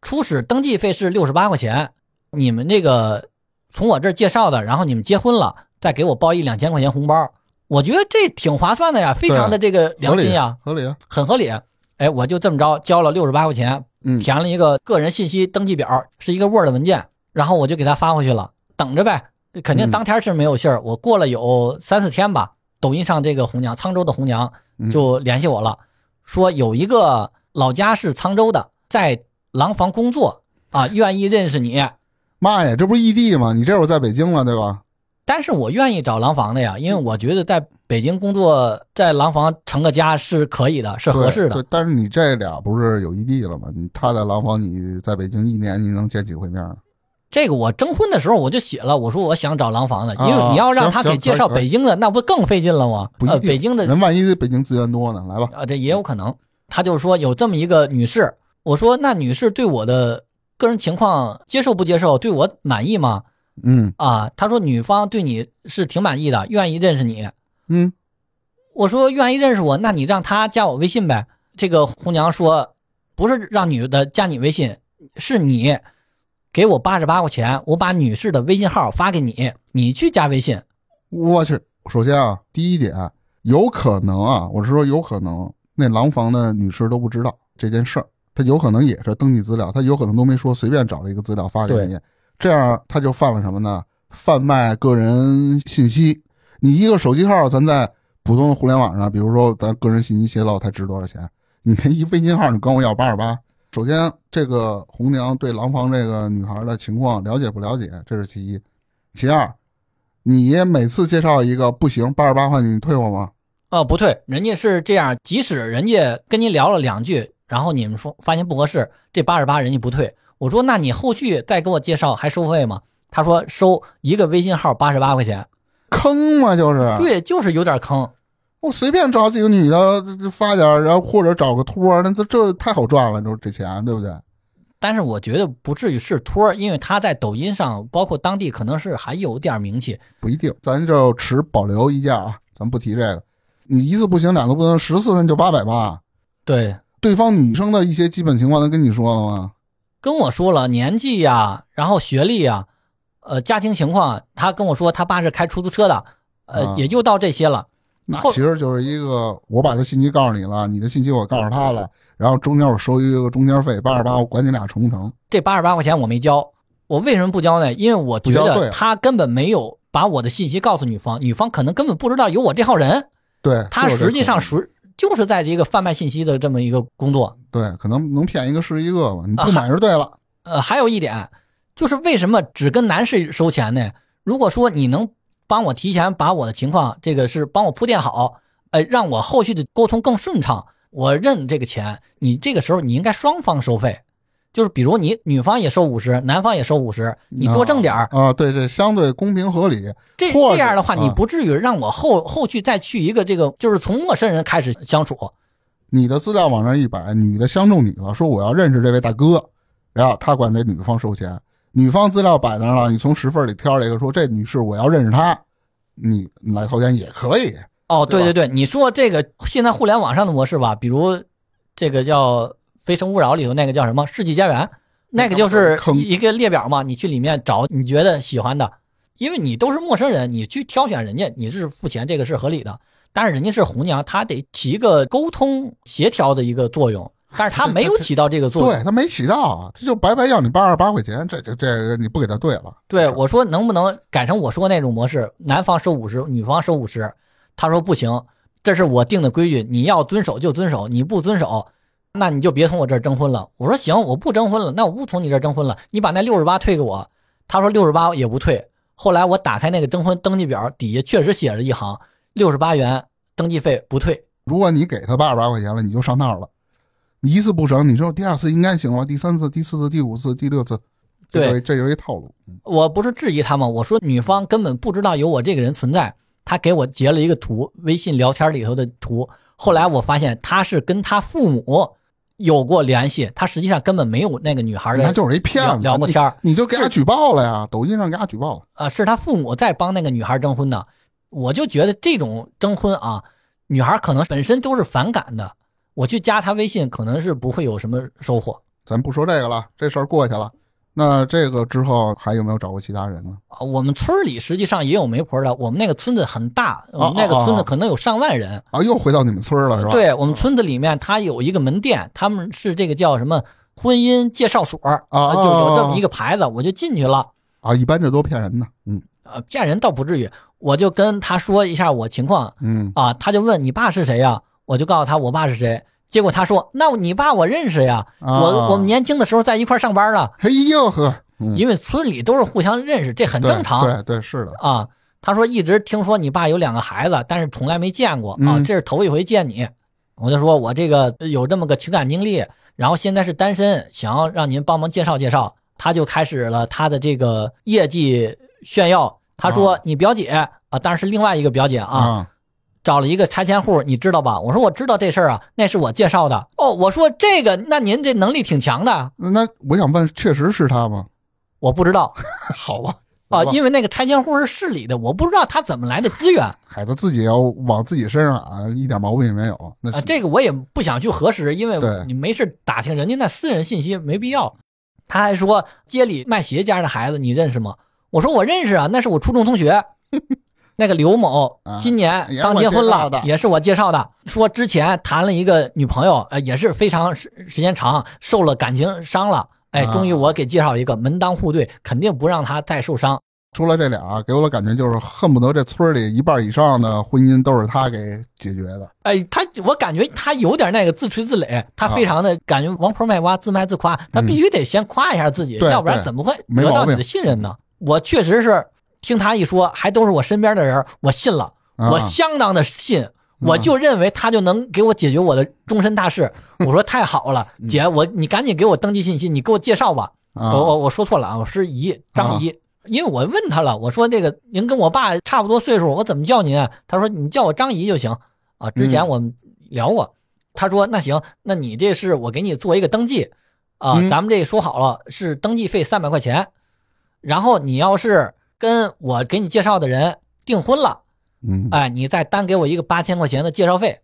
B: 初始登记费是六十八块钱，你们这个从我这儿介绍的，然后你们结婚了，再给我包一两千块钱红包，我觉得这挺划算的呀，非常的这个
A: 合
B: 良
A: 理
B: 心呀，，
A: 合理啊，
B: 很合理。哎，我就这么着交了六十八块钱，
A: 嗯，
B: 填了一个个人信息登记表，是一个 Word 文件，然后我就给他发回去了，等着呗，
A: 嗯
B: 肯定当天是没有信儿。我过了有三四天吧，抖音上这个红娘，沧州的红娘
A: 嗯
B: 就联系我了，说有一个老家是沧州的，在廊坊工作啊，愿意认识你，
A: 妈呀，这不是异地吗？你这会儿在北京了，对吧？
B: 但是我愿意找廊坊的呀，因为我觉得在北京工作，在廊坊成个家是可以的，是合
A: 对
B: 适的。
A: 对，但是你这俩不是有异地了吗？你他在廊坊，你在北京，一年你能见几回面啊？
B: 这个我征婚的时候我就写了，我说我想找廊坊的，
A: 啊
B: 因为你要让他
A: 行
B: 给
A: 行
B: 介绍
A: 可以可以
B: 北京的，那不更费劲了吗？
A: 不一
B: 呃，
A: 定
B: 北京的
A: 人万一北京资源多呢？来吧，
B: 啊，这也有可能。他就说有这么一个女士，我说那女士对我的个人情况接受不接受，对我满意吗？
A: 嗯
B: 啊，他说女方对你是挺满意的，愿意认识你。
A: 嗯，
B: 我说愿意认识我，那你让她加我微信呗。这个红娘说，不是让女的加你微信，是你给我八十八块钱，我把女士的微信号发给你，你去加微信。
A: 我去，首先啊，第一点，有可能啊，我是说有可能，那廊坊的女士都不知道这件事儿，她有可能也是登记资料，她有可能都没说，随便找了一个资料发给你，这样她就犯了什么呢？贩卖个人信息。你一个手机号，咱在普通的互联网上，比如说咱个人信息泄露，才值多少钱？你连一微信号，你管我要八十八？首先，这个红娘对廊坊这个女孩的情况了解不了解，这是其一；其二，你每次介绍一个不行，八十八块你退我吗？
B: 哦，不对，人家是这样，即使人家跟您聊了两句，然后你们说发现不合适，这八十八人家不退。我说那你后续再给我介绍还收费吗？他说收一个微信号八十八块钱，
A: 坑嘛，就是
B: 对，就是有点坑。
A: 我随便找几个女的这这发点儿，然后或者找个托儿，那这这太好赚了，这这钱对不对？
B: 但是我觉得不至于是托儿，因为他在抖音上，包括当地可能是还有点名气。
A: 不一定，咱就持保留意见啊，咱不提这个。你一次不行，两次不行，十次那就八百八。
B: 对，
A: 对方女生的一些基本情况，她跟你说了吗？
B: 跟我说了年纪呀、然后学历呀、呃，家庭情况，他跟我说他爸是开出租车的，呃，
A: 啊
B: 也就到这些了。
A: 那
B: 后
A: 其实就是一个，我把她信息告诉你了，你的信息我告诉她了，然后中间我收一个中间费八十八，我管你俩成不成？
B: 这八十八块钱我没交，我为什么不交呢？因为我觉
A: 不交对
B: 得
A: 啊
B: 他根本没有把我的信息告诉女方，女方可能根本不知道有我这号人，
A: 对，
B: 他
A: 是有这
B: 实际
A: 可能
B: 上属就是在这个贩卖信息的这么一个工作。
A: 对，可能能骗一个是一个吧，你不
B: 啊
A: 买就对了。
B: 呃，还有一点，就是为什么只跟男士收钱呢？如果说你能帮我提前把我的情况，这个是帮我铺垫好，呃，让我后续的沟通更顺畅，我认这个钱。你这个时候你应该双方收费，就是比如你女方也收五十，男方也收五十，你多挣点儿。
A: 啊，对，这相对公平合理。
B: 这
A: 或者
B: 这样的话，
A: 啊
B: 你不至于让我后后续再去一个这个，就是从陌生人开始相处。
A: 你的资料往那儿一摆，女的相中你了，说我要认识这位大哥，然后他管这女方收钱，女方资料摆那儿了，你从十份里挑了一个，说这女士我要认识她，你你来掏钱也可以。
B: 哦，
A: 对吧
B: 对对对，你说这个现在互联网上的模式吧，比如这个叫《非诚勿扰》里头那个叫什么《世纪佳缘》，那个就是
A: 坑
B: 一个列表嘛，你去里面找你觉得喜欢的，因为你都是陌生人，你去挑选人家，你是付钱，这个是合理的。但是人家是红娘，她得起一个沟通协调的一个作用，但是她没有起到这个作用。
A: 对他没起到啊，他就白白要你八十八块钱，这这这个你不给他对了。
B: 对，我说能不能改成我说那种模式，男方收五十，女方收五十？他说不行，这是我定的规矩，你要遵守就遵守，你不遵守，那你就别从我这儿征婚了。我说行，我不征婚了，那我不从你这儿征婚了，你把那六十八退给我。他说六十八也不退。后来我打开那个征婚登记表，底下确实写着一行六十八元登记费不退。
A: 如果你给他八十八块钱了，你就上套了。你一次不成，你说第二次应该行了，第三次、第四次、第五次、第六次，这
B: 对
A: 有一这有一套路。
B: 我不是质疑他吗？我说女方根本不知道有我这个人存在，她给我截了一个图，微信聊天里头的图。后来我发现她是跟她父母有过联系，她实际上根本没有那个女孩
A: 那
B: 的
A: 就是一骗子，
B: 聊聊过天儿
A: 你，你就给他举报了呀，抖音上给他举报了。
B: 啊，是她父母在帮那个女孩征婚的。我就觉得这种征婚啊，女孩可能本身都是反感的，我去加她微信可能是不会有什么收获。
A: 咱不说这个了，这事儿过去了。那这个之后还有没有找过其他人呢？
B: 啊，我们村里实际上也有媒婆的。我们那个村子很大，我
A: 哦
B: 们那个村
A: 哦哦
B: 子可能有上万人。
A: 啊，又回到你们村儿了是吧？，嗯
B: 对我们村子里面，它有一个门店，他们是这个叫什么婚姻介绍所儿
A: 啊
B: 就有这
A: 啊啊
B: 么一个牌子，我就进去了。
A: 啊，一般这都骗人的。嗯
B: 呃，骗人倒不至于，我就跟他说一下我情况
A: 嗯，
B: 啊，他就问你爸是谁呀？我就告诉他我爸是谁。结果他说：“那你爸我认识呀，
A: 啊
B: 我我们年轻的时候在一块儿上班了，
A: 嘿呦呵，嗯，
B: 因为村里都是互相认识，这很
A: 对
B: 正常。
A: 对对，是的，
B: 啊，他说一直听说你爸有两个孩子，但是从来没见过啊
A: 嗯，
B: 这是头一回见你。我就说我这个有这么个情感经历，然后现在是单身，想要让您帮忙介绍介绍。他就开始了他的这个业绩炫耀。他说你表姐啊，当然是另外一个表姐啊，
A: 啊
B: 找了一个拆迁户，你知道吧？我说我知道这事儿啊，那是我介绍的。哦，我说这个，那您这能力挺强的。
A: 那那我想问，确实是他吗？
B: 我不知道
A: 好吧，
B: 啊
A: 好，吧
B: 因为那个拆迁户是市里的，我不知道他怎么来的资源。
A: 孩子自己要往自己身上俺，一点毛病也没有。那
B: 啊，
A: 是
B: 这个我也不想去核实，因为
A: 对
B: 你没事打听人家那私人信息没必要。他还说街里卖鞋家的孩子你认识吗？我说我认识啊，那是我初中同 学。那个刘某
A: 啊
B: 今年
A: 也是
B: 刚
A: 我
B: 结婚
A: 介
B: 了，
A: 绍的
B: 也是我介绍的。说之前谈了一个女朋友，呃，也是非常时时间长，受了感情伤了。哎，
A: 啊
B: 终于我给介绍一个门当户对，肯定不让他再受伤。
A: 除了这俩，啊给我的感觉就是恨不得这村儿里一半以上的婚姻都是他给解决的。
B: 哎，他我感觉他有点那个自吹自擂，他
A: 啊
B: 非常的感觉王婆卖瓜，自卖自夸，他必须得先夸一下自己，
A: 嗯对
B: 要不然
A: 对
B: 怎么会
A: 没
B: 得
A: 毛
B: 到
A: 病
B: 你的信任呢？我确实是听他一说，还都是我身边的人，我信了，
A: 啊、
B: 我相当的信。我就认为他就能给我解决我的终身大事，我说太好了，
A: 嗯
B: 姐，我你赶紧给我登记信息，你给我介绍吧。
A: 啊
B: 我我我说错了啊，我是姨张姨，因为我问他了，我说这个您跟我爸差不多岁数，我怎么叫您啊？他说你叫我张姨就行啊。之
A: 嗯
B: 前我们聊过，他说那行，那你这是我给你做一个登记啊，
A: 嗯
B: 咱们这说好了是登记费三百块钱，然后你要是跟我给你介绍的人订婚了，
A: 嗯，
B: 哎，你再单给我一个八千块钱的介绍费。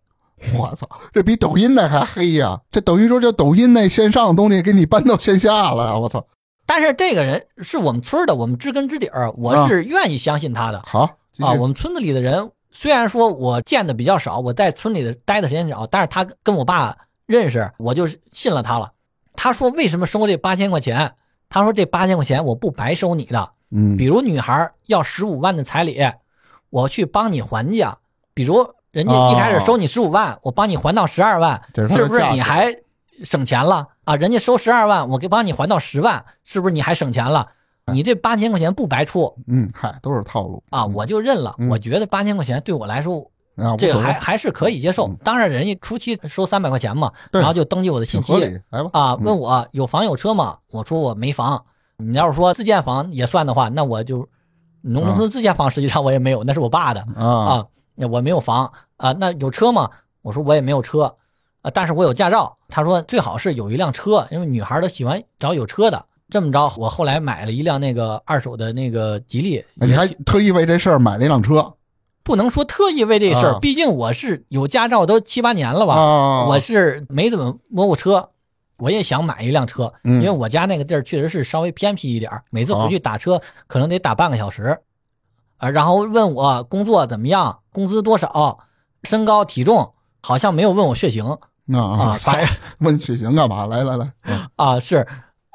A: 我操，这比抖音那还黑呀、这等于说这抖音那线上的东西给你搬到线下了，我操！
B: 但是这个人是我们村儿的，我们知根知底儿，我
A: 啊
B: 是愿意相信他的。
A: 好，继续。
B: 啊，我们村子里的人虽然说我见的比较少，我在村里的待的时间少，但是他跟我爸认识，我就信了他了。他说为什么收这八千块钱？他说这八千块钱我不白收你的，
A: 嗯
B: 比如女孩要十五万的彩礼，我去帮你还价，比如人家一开始收你十五万，我帮你还到十二万，
A: 这哦是他的
B: 是不是
A: 价值
B: 你还省钱了啊？人家收十二万，我给帮你还到十万，是不是你还省钱了？你这八千块钱不白出，
A: 嗯，嗨，都是套路
B: 啊，我就认了。
A: 嗯
B: 我觉得八千块钱对我来说，
A: 啊，无
B: 这个
A: 所谓
B: 还还是可以接受
A: 嗯。
B: 当然，人家初期收三百块钱嘛，
A: 对
B: 然后就登记我的信
A: 挺合
B: 息
A: 理，来吧
B: 啊，
A: 嗯
B: 问我有房有车吗？我说我没房。你要是说自建房也算的话，那我就农
A: 啊
B: 村自建房实际上我也没有，那是我爸的
A: 啊
B: 啊，那我没有房啊。那有车吗？我说我也没有车啊，但是我有驾照。他说最好是有一辆车，因为女孩儿都喜欢找有车的。这么着，我后来买了一辆那个二手的那个吉利，
A: 哎你还特意为这事儿买了一辆车
B: 不能说特意为这事儿，
A: 啊
B: 毕竟我是有驾照都七八年了吧，
A: 啊？
B: 我是没怎么摸过车，我也想买一辆车，
A: 嗯
B: 因为我家那个地儿确实是稍微偏僻一点儿，每次回去打车
A: 啊
B: 可能得打半个小时，啊，然后问我工作怎么样，工资多少，身高体重，好像没有问我血型
A: 啊
B: 啊，
A: 操
B: 还
A: 问血型干嘛？来来来，嗯
B: 啊是，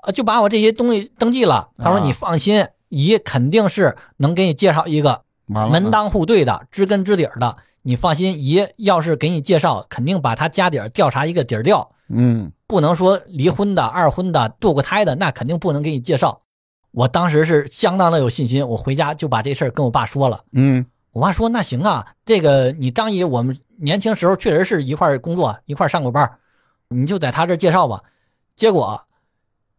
B: 啊就把我这些东西登记了，他说
A: 啊
B: 你放心，姨肯定是能给你介绍一个
A: 完了嗯啊
B: 门当户对的、知根知底儿的。你放心，姨要是给你介绍，肯定把他家底儿调查一个底儿掉，
A: 嗯
B: 不能说离婚的、二婚的、堕过胎的，那肯定不能给你介绍。我当时是相当的有信心，我回家就把这事儿跟我爸说了。
A: 嗯
B: 我爸说：“那行啊，这个你张姨，我们年轻时候确实是一块儿工作，一块儿上过班儿，你就在他这儿介绍吧。”结果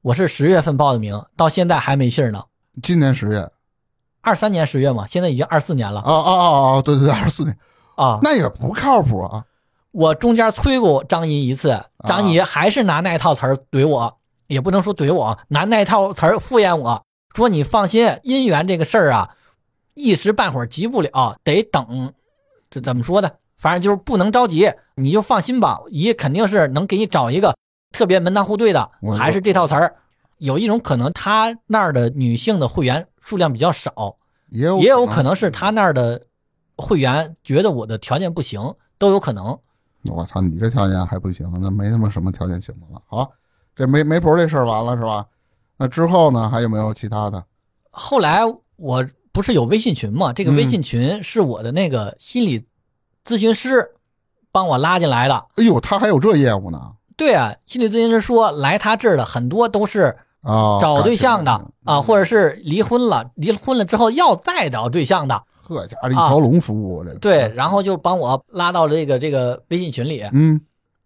B: 我是十月份报的名，到现在还没信儿呢。
A: 今年十月啊
B: 二三年十月嘛，现在已经二四年了
A: 啊啊啊！对对对，二十四年，
B: 啊。
A: 那也不靠谱啊。
B: 我中间催过张姨一次，张姨还是拿那套词儿怼我，也不能说怼我，拿那套词儿敷衍我，说你放心，姻缘这个事儿啊，一时半会儿急不了，得等，这怎么说呢？反正就是不能着急，你就放心吧，姨肯定是能给你找一个特别门当户对的
A: 我，
B: 还是这套词儿。有一种可能，他那儿的女性的会员数量比较少，
A: 也有
B: 也有可能是他那儿的会员觉得我的条件不行，都有可能。
A: 我操，你这条件还不行，那没他妈什么条件行的了。好，这媒媒婆这事儿完了是吧？那之后呢，还有没有其他的？
B: 后来我不是有微信群嘛？这个
A: 嗯
B: 微信群是我的那个心理咨询师帮我拉进来的。
A: 哎呦，他还有这业务呢
B: 对啊，心理咨询师说来他这儿的很多都是
A: 啊！
B: 哦找对象的、啊，或
A: 者
B: 者是离婚了，离婚了之后要再找对象的。
A: 呵家伙一条龙服务、这个
B: 啊对，，然后就帮我拉到这个这个微信群里。
A: 嗯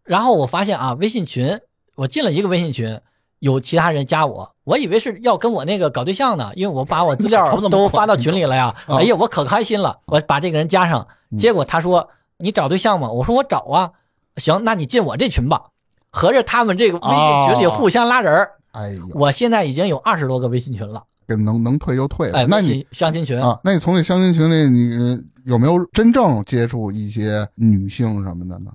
B: 然后我发现啊，微信群我进了一个微信群，有其他人加我，我以为是要跟我那个搞对象呢，因为我把我资
A: 哪
B: 料
A: 儿那么
B: 都发到群里 了呀。
A: 啊
B: 哎呀，我可开心了，我把这个人加上，
A: 嗯
B: 结果他说你找对象吗？我说我找啊。行，那你进我这群吧。合着他们这个微信群里
A: 哦
B: 互相拉人儿，
A: 哎呦，
B: 我现在已经有二十多个微信群了。
A: 这能能退就退吧。
B: 哎，
A: 那
B: 微
A: 你
B: 信相亲群
A: 啊，那你从这相亲群里，你有没有真正接触一些女性什么的呢？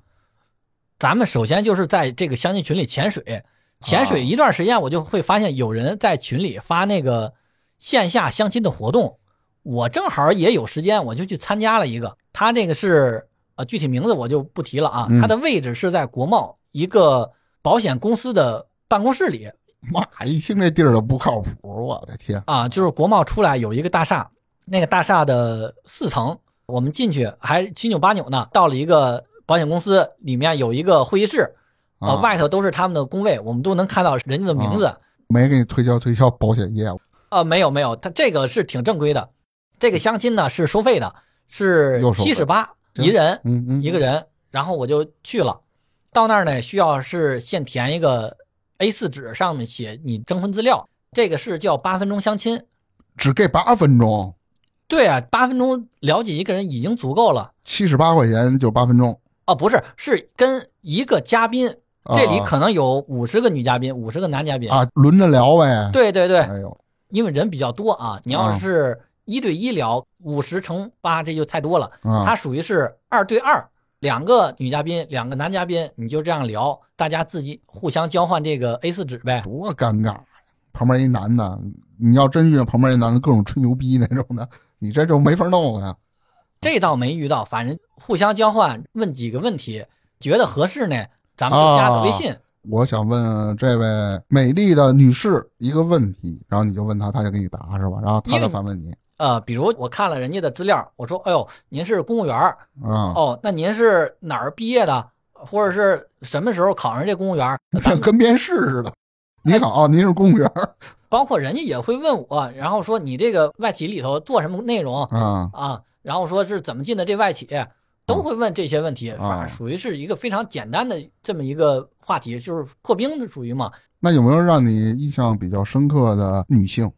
B: 咱们首先就是在这个相亲群里潜水，潜水一段时间，我就会发现有人在群里发那个线下相亲的活动，我正好也有时间，我就去参加了一个。他这个是呃具体名字我就不提了啊
A: 嗯，
B: 他的位置是在国贸一个保险公司的办公室里
A: 妈，一听这地儿就不靠谱，我的天！
B: 啊，就是国贸出来有一个大厦，那个大厦的四层，我们进去还七扭八扭呢，到了一个保险公司里面有一个会议室。啊，
A: 啊，
B: 外头都是他们的工位，我们都能看到人家的名字。
A: 没给你推销推销保险业务，
B: 啊，没有没有，他这个是挺正规的。这个相亲呢是收费的，是
A: 又收费
B: 七十八
A: 行
B: 一人
A: 嗯嗯，
B: 一个人，然后我就去了。到那儿呢，需要是现填一个 A 4纸，上面写你征婚资料。这个是叫八分钟相亲。
A: 只给八分钟，
B: 对啊，八分钟了解一个人已经足够了。
A: 七十八块钱就八分钟。
B: 哦，不是，是跟一个嘉宾，
A: 啊
B: 这里可能有五十个女嘉宾，五十个男嘉宾。
A: 啊轮着聊呗。，
B: 对对对，
A: 哎呦，
B: 因为人比较多啊，你要是一对一聊，五十乘八这就太多了，
A: 啊
B: 它属于是二对二，两个女嘉宾，两个男嘉宾，你就这样聊，大家自己互相交换这个 A 4纸呗。
A: 多尴尬呀！旁边一男的，你要真遇见旁边一男的各种吹牛逼那种的，你这就没法弄了呀。
B: 这倒没遇到，反正互相交换，问几个问题，觉得合适呢，咱们就加个微信。
A: 我想问这位美丽的女士一个问题，然后你就问她，她就给你答是吧？然后她
B: 因
A: 再
B: 为
A: 反问你
B: 呃，比如我看了人家的资料，我说，哎呦，您是公务员儿
A: 啊，
B: 哦，那您是哪儿毕业的，或者是什么时候考上这公务员儿？
A: 像跟面试似的。你好，哦您是公务员儿
B: 包括人家也会问我，然后说你这个外企里头做什么内容
A: 啊？
B: 啊，然后说是怎么进的这外企，都会问这些问题，
A: 啊
B: 反正属于是一个非常简单的这么一个话题，就是破冰的属于嘛。
A: 那有没有让你印象比较深刻的女性？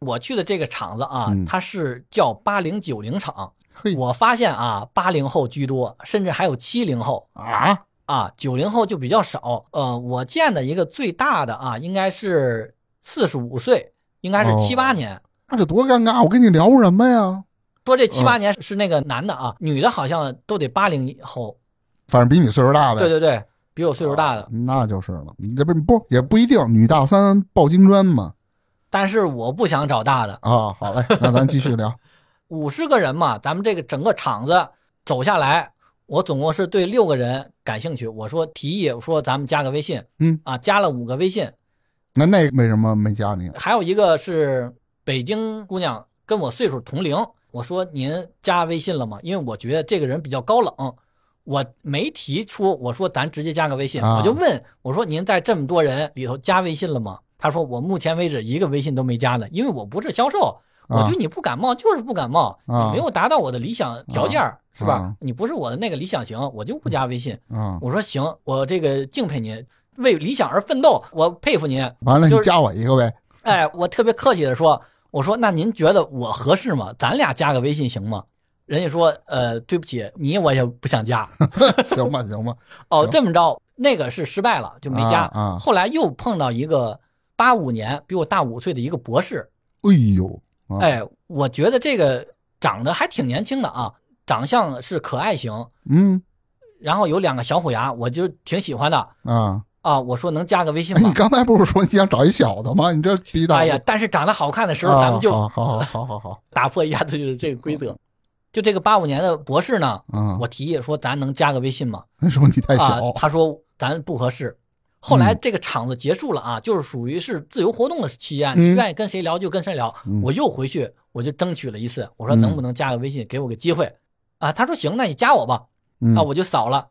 B: 我去的这个厂子啊
A: 嗯，
B: 它是叫八零九零厂，
A: 嘿
B: 我发现啊，八零后居多，甚至还有七零后
A: 啊，
B: 啊，九零后就比较少。呃，我见的一个最大的啊，应该是四十五岁，应该是
A: 哦
B: 七八年。
A: 那这多尴尬！我跟你聊什么呀？
B: 说这七八年是那个男的啊，女的好像都得八零后。
A: 反正比你岁数大呗。
B: 对对对，比我岁数大的。
A: 那就是了。你这不不也不一定，女大三抱金砖嘛。
B: 但是我不想找大的，
A: 啊，好嘞，那咱继续聊。
B: 五十个人嘛，咱们这个整个厂子走下来，我总共是对六个人感兴趣。我说提议，我说咱们加个微信，
A: 嗯
B: 啊，加了五个微信，
A: 那那为什么没加你？啊
B: 还有一个是北京姑娘，跟我岁数同龄。我说您加微信了吗？因为我觉得这个人比较高冷，我没提出我说咱直接加个微信，
A: 啊
B: 我就问我说您在这么多人里头加微信了吗？他说我目前为止一个微信都没加呢，因为我不是销售，我
A: 啊
B: 对你不感冒就是不感冒，
A: 啊
B: 你没有达到我的理想条件、是吧？
A: 啊
B: 你不是我的那个理想型，我就不加微信。
A: 啊，
B: 我说行，我这个敬佩您，为理想而奋斗，我佩服您。
A: 完了，
B: 就
A: 你
B: 是
A: 加我一个呗。
B: 哎，我特别客气的说，我说那您觉得我合适吗？咱俩加个微信行吗？人家说，呃，对不起，你我也不想加。
A: 行吧，行吧，
B: 哦，
A: 行
B: 这么着，那个是失败了，就没加。
A: 啊啊
B: 后来又碰到一个八五年比我大五岁的一个博士，
A: 哎呦，啊
B: 哎，我觉得这个长得还挺年轻的啊，长相是可爱型，
A: 嗯
B: 然后有两个小虎牙，我就挺喜欢的。
A: 啊，
B: 啊，我说能加个微信
A: 哎，
B: 吗
A: 你？刚才不是说你想找一小的吗？你这逼大
B: 哎呀，但是长得好看的时候，
A: 啊
B: 咱们就
A: 好好好好好好，
B: 打破一下自己的这个规则。就这个八五年的博士呢，
A: 嗯， 哎哦
B: 我提议说咱能加个微信吗？
A: 那说你太
B: 啊
A: 小，，
B: 他说咱不合适。
A: 嗯
B: 后来这个场子结束了啊，就是属于是自由活动的期间，
A: 嗯
B: 你愿意跟谁聊就跟谁聊。
A: 嗯
B: 我又回去，我就争取了一次，我说
A: 嗯
B: 能不能加个微信，给我个机会啊？他说行，那你加我吧。
A: 嗯
B: 啊，我就扫了，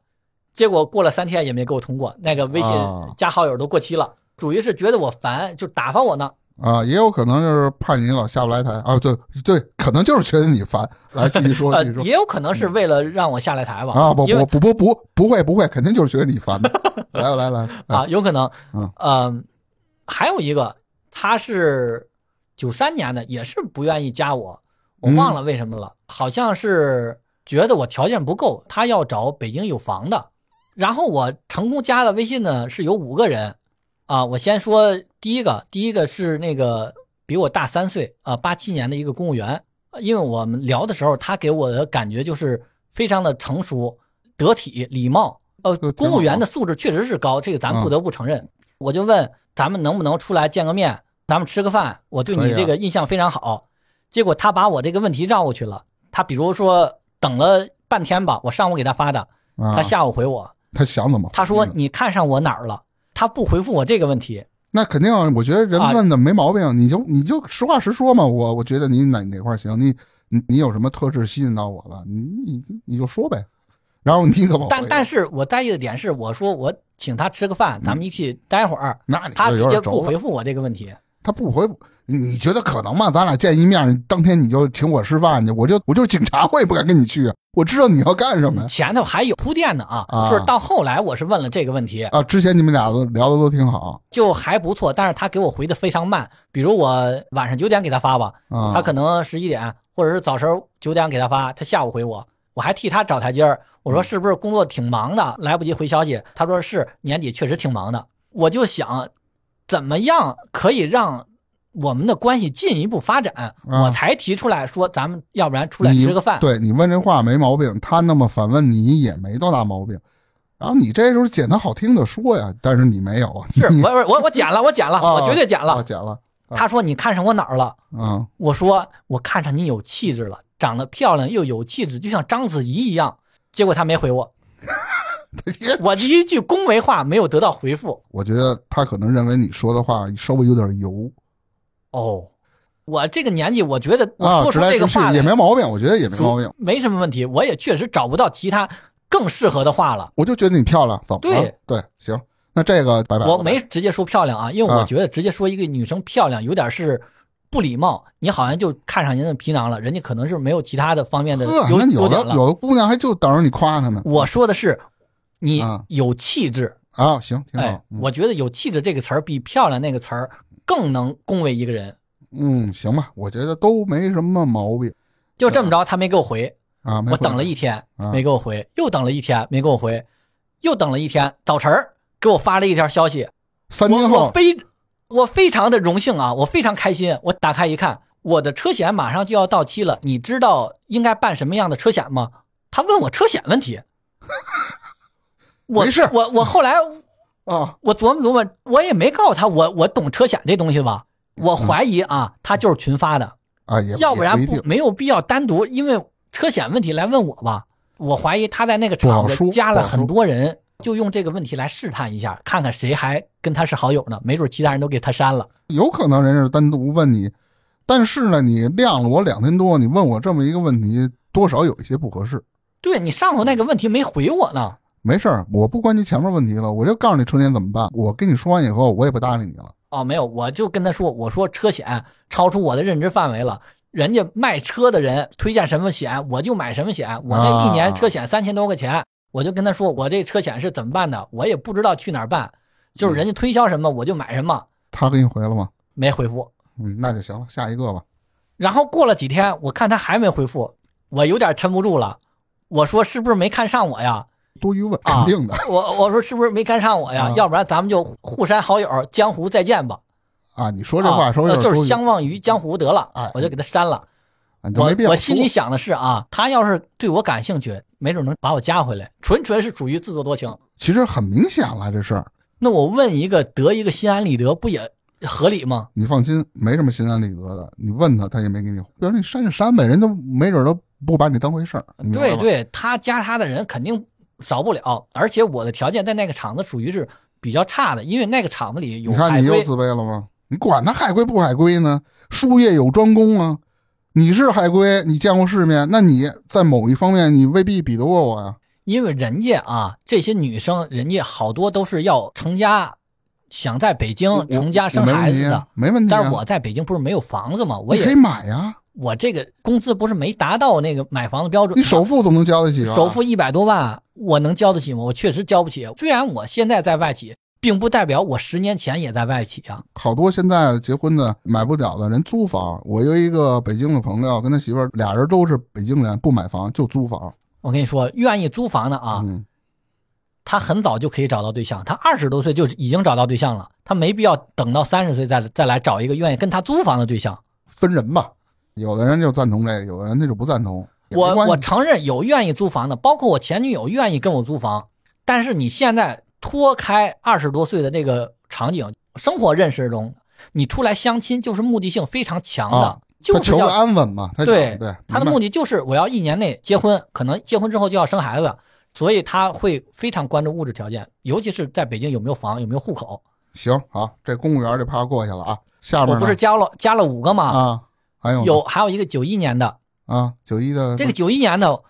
B: 结果过了三天也没给我通过，那个微信
A: 啊
B: 加好友都过期了，属于是觉得我烦，就打发我呢。
A: 啊，也有可能就是怕你老下不来台啊，对对，可能就是觉得你烦。来，继续说，
B: 呃
A: 继续，说嗯
B: 也有可能是为了让我下来台吧，
A: 啊，不
B: 因为
A: 不不不不不会不会，肯定就是觉得你烦的。来吧来来，啊
B: 啊，有可能，
A: 嗯
B: 嗯，还有一个他是九三年的，也是不愿意加我，我
A: 嗯
B: 忘了为什么了，好像是觉得我条件不够，他要找北京有房的，然后我成功加了微信呢，是有五个人，啊，我先说第一个，第一个是那个比我大三岁啊，八七年的一个公务员，呃因为我们聊的时候，他给我的感觉就是非常的成熟、得体、礼貌。呃
A: 这挺，好嗯
B: 公务员的素质确实是高，这个咱们不得不承认。我就问咱们能不能出来见个面，咱们吃个饭，我对
A: 可以
B: 你
A: 啊
B: 这个印象非常好。结果他把我这个问题绕过去了。他比如说等了半天吧，我上午给他发的，
A: 啊，
B: 他下午回我，
A: 他想怎么？嗯
B: 他说你看上我哪儿了？他不回复我这个问题，
A: 那肯定，我觉得人
B: 啊
A: 问的没毛病，你就你就实话实说嘛。我我觉得你哪哪块儿行，你你你有什么特质吸引到我了，你你你就说呗。然后你怎么回？
B: 但但是我在意的点是，我说我请他吃个饭，咱们一起待会儿，
A: 那你
B: 他
A: 就
B: 直
A: 嗯有
B: 接
A: 点轴
B: 不
A: 了。
B: 回复我这个问题。
A: 他不回复，你你觉得可能吗？咱俩见一面，当天你就请我吃饭去，我就我就是警察，我也不敢跟你去啊。我知道你要干什么呀
B: 前头还有铺垫呢
A: 啊
B: 啊，就是到后来我是问了这个问题，
A: 啊！之前你们俩都聊的都挺好
B: 就还不错，但是他给我回的非常慢。比如我晚上九点给他发吧，
A: 啊，
B: 他可能十一点或者是早晨九点给他发，他下午回我，我还替他找台阶儿。我说是不是工作挺忙的，
A: 嗯
B: 来不及回消息？他说是，年底确实挺忙的。我就想，怎么样可以让我们的关系进一步发展？
A: 啊
B: 我才提出来说，咱们要不然出来吃个饭
A: 你。对你问这话没毛病，他那么反问你也没多大毛病。然后你这时候捡他好听的说呀，但是你没有，啊
B: 是
A: 你
B: 我我我我剪了，我剪了，
A: 啊
B: 我绝对剪
A: 啊
B: 了。
A: 捡了，啊
B: 他说你看上我哪儿了？
A: 嗯
B: 我说我看上你有气质了，长得漂亮又有气质，就像章子怡一样。结果他没回我，我第一句恭维话没有得到回复。
A: 我觉得他可能认为你说的话稍微有点油
B: 哦，我这个年纪，我觉得我
A: 啊，
B: 说
A: 直
B: 出
A: 来
B: 这
A: 直
B: 个
A: 去
B: 话来
A: 也没毛病，我觉得也没
B: 属
A: 毛病。
B: 没什么问题。我也确实找不到其他更适合的话了。
A: 我就觉得你漂亮，怎么了
B: 对？
A: 对，行，那这个拜拜了。
B: 我没直接说漂亮啊，因为
A: 啊
B: 我觉得直接说一个女生漂亮有点是不礼貌，你好像就看上人家的皮囊了，人家可能是没有其他的方面的
A: 呵，
B: 优
A: 那有
B: 优
A: 的
B: 点了。
A: 有的姑娘还就等着你夸她呢。
B: 我说的是，你
A: 啊
B: 有气质。
A: 啊，行，挺
B: 哎
A: 好。，嗯
B: 我觉得有气质这个词儿比漂亮那个词儿更能恭维一个人。
A: 嗯，行吧，我觉得都没什么毛病
B: 就这么着，他没给我回，
A: 啊。没
B: 我
A: 关
B: 等了一天
A: 啊
B: 没给我回，又等了一天没给我回，又等了一天，早晨儿给我发了一条消
A: 啊
B: 息，
A: 三
B: 我
A: 天
B: 我
A: 后，
B: 非我非常的荣幸啊，我非常开心。我打开一看，我的车险马上就要到期了，你知道应该办什么样的车险吗？他问我车险问题，我
A: 没事
B: 我我后来
A: 啊，
B: 我琢磨琢磨，我也没告诉他我我懂车险这东西吧。我怀疑啊，他就是群发的，
A: 啊也
B: 要不然
A: 也
B: 不
A: 一定
B: 没有必要单独因为车险问题来问我吧。我怀疑他在那个
A: 不好
B: 场
A: 说
B: 子加
A: 不
B: 了
A: 好
B: 很
A: 说
B: 多人，就用这个问题来试探一下，看看谁还跟他是好友呢。没准其他人都给他删了。
A: 有可能人是单独问你，但是呢，你晾了我两天多，你问我这么一个问题，多少有一些不合适。
B: 对你上头那个问题没回我呢，
A: 没事儿，我不关心前面问题了，我就告诉你春天怎么办。我跟你说完以后，我也不搭理你了。
B: 哦，没有，我就跟他说，我说车险超出我的认知范围了。人家卖车的人推荐什么险，我就买什么险。我这一
A: 啊
B: 年车险三千多块钱，我就跟他说，我这车险是怎么办的，我也不知道去哪儿办，就是人家推销什么我就买什么，
A: 他给你回了吗？
B: 没回复。
A: 嗯，那就行了，下一个吧。
B: 然后过了几天，我看他还没回复，我有点撑不住了，我说是不是没看上我呀？
A: 多余问，肯
B: 啊
A: 定的
B: 我我说是不是没看上我呀？
A: 啊
B: 要不然咱们就互删好友，江湖再见吧。
A: 啊。你说这话
B: 啊
A: 稍微有
B: 呃
A: 点
B: 就
A: 多
B: 是
A: 余
B: 相忘于江湖得了
A: 哎，
B: 我就给他删了。
A: 啊你就
B: 我
A: 没必要
B: 我心
A: 说
B: 里想的是啊，他要是对我感兴趣，没准能把我加回来。纯纯是属于自作多情。
A: 其实很明显了，这事儿
B: 那我问一个得一个心安理得，不也合理吗？
A: 你放心，没什么心安理得的。你问他，他也没给你回。比如你删就删呗，人都没准都不把你当回事儿。你明白
B: 对
A: 吧，
B: 对，他加他的人肯定少不了，而且我的条件在那个厂子属于是比较差的，因为那个厂子里有
A: 你看
B: 海
A: 你又
B: 归，
A: 自卑了吗？你管他海归不海归呢？术业有专攻啊。你是海归，你见过世面，那你在某一方面你未必比得过我呀、
B: 因为人家啊这些女生，人家好多都是要成家，想在北
A: 我
B: 京嗯成家生
A: 我没
B: 孩
A: 问
B: 子
A: 题
B: 的
A: 啊。，没问题啊、
B: 但是我在北京不是没有房子吗？我
A: 你可以
B: 也
A: 买呀，
B: 我这个工资不是没达到那个买房的标准吗，
A: 你首付总能交得起吧？啊
B: 首付一百多万，我能交得起吗？我确实交不起。虽然我现在在外企，并不代表我十年前也在外企啊。
A: 好多现在结婚的买不了的人租房。我有一个北京的朋友，跟他媳妇儿俩人都是北京人，不买房就租房
B: 我跟你说，愿意租房的啊，
A: 嗯，
B: 他很早就可以找到对象，他二十多岁就已经找到对象了，他没必要等到三十岁再再来找一个愿意跟他租房的对象。
A: 分人吧，有的人就赞同这个，有的人他就不赞同。也没
B: 我
A: 关系
B: 我承认有愿意租房的，包括我前女友愿意跟我租房，但是你现在脱开二十多岁的这个场景，生活认识中，你出来相亲就是目的性非常强的，
A: 啊
B: 就
A: 他
B: 是
A: 求
B: 要
A: 个安稳嘛，他想
B: 对
A: 对，
B: 他的
A: 明白
B: 目的就是我要一年内结婚，可能结婚之后就要生孩子，所以他会非常关注物质条件，尤其是在北京有没有房、有没有户口。
A: 行好，这公务员这趴过去了啊，下面
B: 我
A: 呢
B: 不是加了加了五个吗？
A: 啊，还有呢
B: 有还有一个九一年的，
A: 啊，九一的
B: 这个九一年的，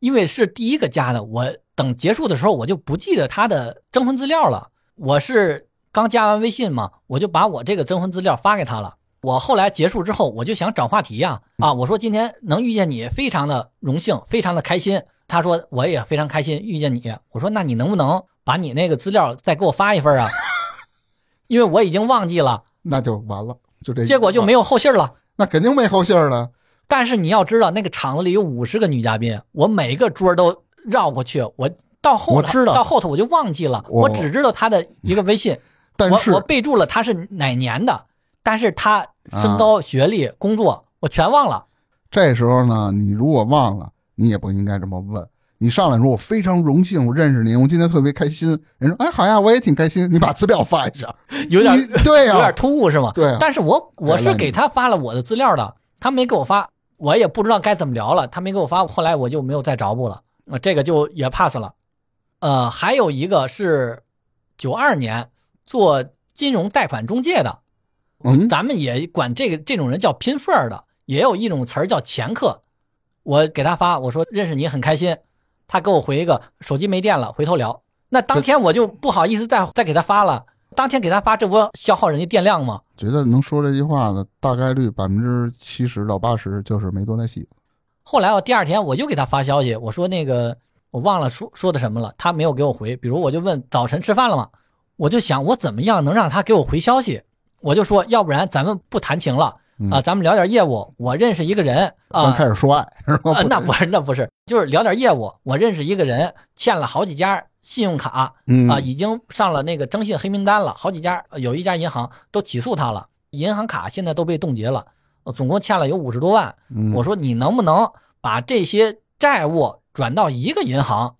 B: 因为是第一个加的，我等结束的时候我就不记得他的征婚资料了。我是刚加完微信嘛，我就把我这个征婚资料发给他了。我后来结束之后，我就想找话题呀、
A: 嗯
B: 啊，我说今天能遇见你，非常的荣幸，非常的开心。他说我也非常开心遇见你。我说那你能不能把你那个资料再给我发一份啊？ 因为我已经忘记了，
A: 那就完了，就这啊
B: 结果就没有后信儿了。
A: 那肯定没后信儿了。
B: 但是你要知道，那个厂子里有五十个女嘉宾，我每个桌都绕过去，我到后
A: 我
B: 头
A: 知道
B: 到后头我就忘记了，
A: 我
B: 我只知道她的一个微信，
A: 但
B: 我
A: 是
B: 我备注了她是哪年的，但是她身
A: 啊
B: 高、学历、工作我全 忘了。
A: 这时候呢，你如果忘了，你也不应该这么问。你上来说我非常荣幸，我认识您，我今天特别开心。人说哎好呀，我也挺开心。你把资料发一下，
B: 有点
A: 你对呀、
B: 有点突兀是吗？
A: 对啊
B: 但是我我
A: 太
B: 是
A: 烂
B: 给他发了我的资料的，他没给我发，我也不知道该怎么聊了。他没给我发，后来我就没有再找补了，呃这个就也 pass 了。呃，还有一个是九二年做金融贷款中介的，
A: 嗯，
B: 咱们也管这个这种人叫拼缝儿的，也有一种词儿叫掮客。我给他发，我说认识你很开心，他给我回一个手机没电了，回头聊。那当天我就不好意思再再给他发了，当天给他发，这不消耗人家电量吗？
A: 觉得能说这句话的大概率百分之七十到八十就是没多耐心。
B: 后来我第二天我又给他发消息，我说那个我忘了说说的什么了，他没有给我回。比如我就问早晨吃饭了吗？我就想我怎么样能让他给我回消息？我就说要不然咱们不谈情了
A: 嗯
B: 啊、咱们聊点业务。我认识一个人啊
A: 刚，开始说爱，
B: 啊，那不是，那不是，就是聊点业务。我认识一个人，欠了好几家信用卡啊、
A: 嗯
B: 已经上了那个征信黑名单了，好几家，有一家银行都起诉他了，银行卡现在都被冻结了，呃总共欠了有五十多万。
A: 嗯
B: 我说你能不能把这些债务转到一个银行？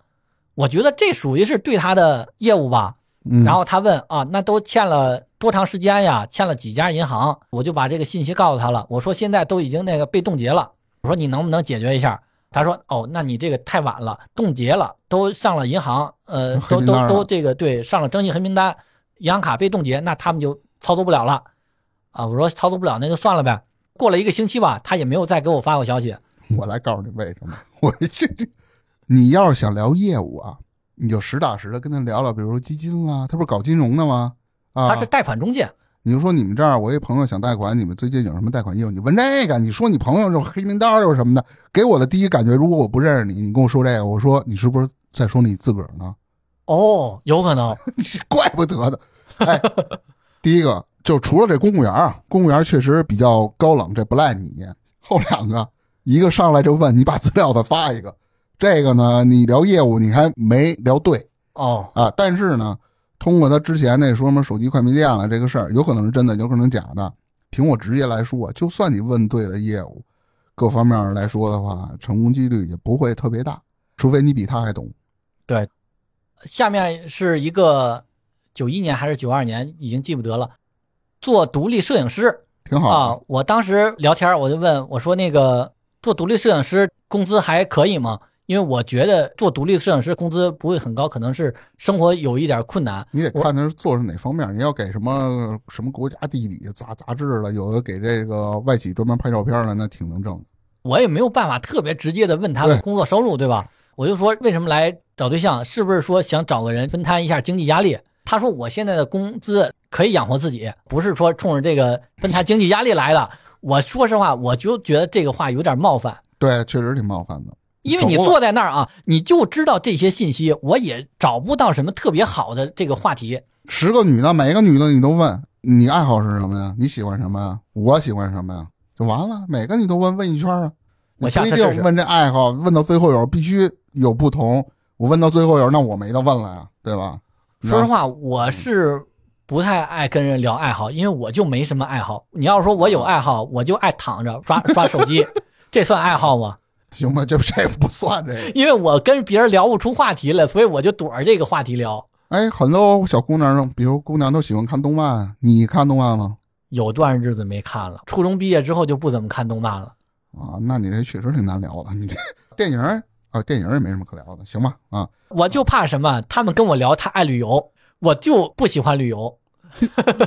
B: 我觉得这属于是对他的业务吧。
A: 嗯
B: 然后他问啊，那都欠了多长时间呀？欠了几家银行？我就把这个信息告诉他了。我说现在都已经那个被冻结了，我说你能不能解决一下？他说哦，那你这个太晚了，冻结了，都上了银行，呃，
A: 黑
B: 都
A: 名单
B: 都
A: 了
B: 都这个对上了征信黑名单，银行卡被冻结，那他们就操作不了了。啊，我说操作不了，那就算了呗。过了一个星期吧，他也没有再给我发过消息。
A: 我来告诉你为什么。我这这，你要是想聊业务啊，你就实打实的跟他聊聊，比如说基金啦，他不是搞金融的吗？啊，
B: 他是贷款中介，
A: 你就说你们这儿，我一朋友想贷款，你们最近有什么贷款业务？你问这个，你说你朋友就是黑名单儿又什么的，给我的第一感觉，如果我不认识你，你跟我说这个，我说你是不是在说你自个儿呢？
B: 哦，有可能。
A: 你 怪不得的。哎，第一个就除了这公务员啊，公务员确实比较高冷，这不赖你。后两个，一个上来就问你把资料再发一个，这个呢，你聊业务你还没聊对，
B: 哦，
A: 啊，但是呢，通过他之前那说什么手机快没电了这个事儿，有可能是真的，有可能是假的。凭我职业来说啊，就算你问对了业务，各方面来说的话，成功几率也不会特别大，除非你比他还懂。
B: 下面是一个九一年还是九二年，已经记不得了，做独立摄影师
A: 挺好
B: 啊
A: 的。。
B: 我当时聊天，我就问我说那个做独立摄影师工资还可以吗？因为我觉得做独立摄影师工资不会很高，可能是生活有一点困难。
A: 你得
B: 我
A: 看他是做是哪方面，你要给什么什么国家地理啊杂杂志了，有的给这个外企专门拍照片了，那挺能挣。
B: 我也没有办法特别直接的问他们
A: 对
B: 工作收入，对吧？我就说为什么来找对象，是不是说想找个人分摊一下经济压力？他说我现在的工资可以养活自己，不是说冲着这个分摊经济压力来的。我说实话，我就觉得这个话有点冒犯，
A: 对，确实挺冒犯的。
B: 因为你
A: 懂了
B: 坐在那儿啊，你就知道这些信息，我也找不到什么特别好的这个话题。
A: 十个女的，每个女的你都问你爱好是什么呀？你喜欢什么呀？我喜欢什么呀？就完了，每个你都问问一圈啊。
B: 我
A: 你
B: 下
A: 不一
B: 次试试
A: 定问这爱好，问到最后有必须有不同。我问到最后有，那我没得问了呀，对吧？
B: 说实
A: 话，
B: 话，我是不太爱跟人聊爱好，因为我就没什么爱好。你要是说我
A: 啊
B: 有爱好，我就爱躺着刷刷手机， 这算爱好吗？
A: 行吧，这这不算这个。
B: 因为我跟别人聊不出话题来，所以我就躲着这个话题聊。
A: 哎，很多小姑娘，比如姑娘都喜欢看动漫，你看动漫吗？
B: 有段日子没看了，初中毕业之后就不怎么看动漫了。
A: 啊，那你这确实挺难聊的。你这电影儿啊，电影儿也没什么可聊的，行吧？啊，
B: 我就怕什么？他们跟我聊他爱旅游，我就不喜欢旅游。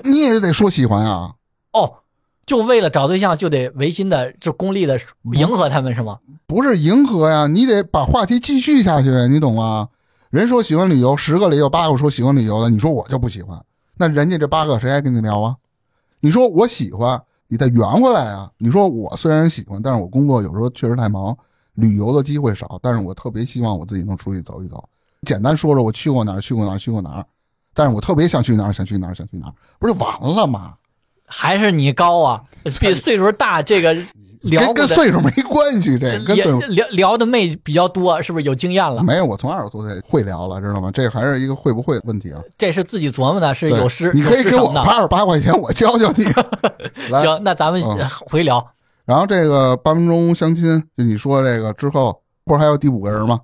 A: 你也得说喜欢啊，
B: 哦，就为了找对象就得违心的，就功利的迎合他们是吗？
A: 不是迎合呀，你得把话题继续下去，你懂吗？人说喜欢旅游，十个里有八个说喜欢旅游的，你说我就不喜欢，那人家这八个谁还跟你聊啊？你说我喜欢，你再圆回来啊！你说我虽然喜欢，但是我工作有时候确实太忙，旅游的机会少，但是我特别希望我自己能出去走一走。简单说说我去过哪儿，去过哪儿，去过哪儿，但是我特别想去哪儿，想去哪儿，想去哪儿，不就完了吗？
B: 还是你高啊，比岁数大，这个聊
A: 嗯跟
B: 不
A: 跟
B: 得
A: 岁数没关系，这哎个跟
B: 也
A: 岁数
B: 聊聊的妹比较多，是不是有经验了？
A: 没有，我从二十多岁会聊了，知道吗？这还是一个会不会的问题啊。
B: 这是自己琢磨的，是
A: 对
B: 有师
A: 你可以
B: 有师
A: 给我
B: 承的。
A: 八十八块钱，我教教 你。来，
B: 行，那咱们
A: 嗯
B: 回聊。
A: 然后这个八分钟相亲，就你说这个之后，不是还有第五个人吗？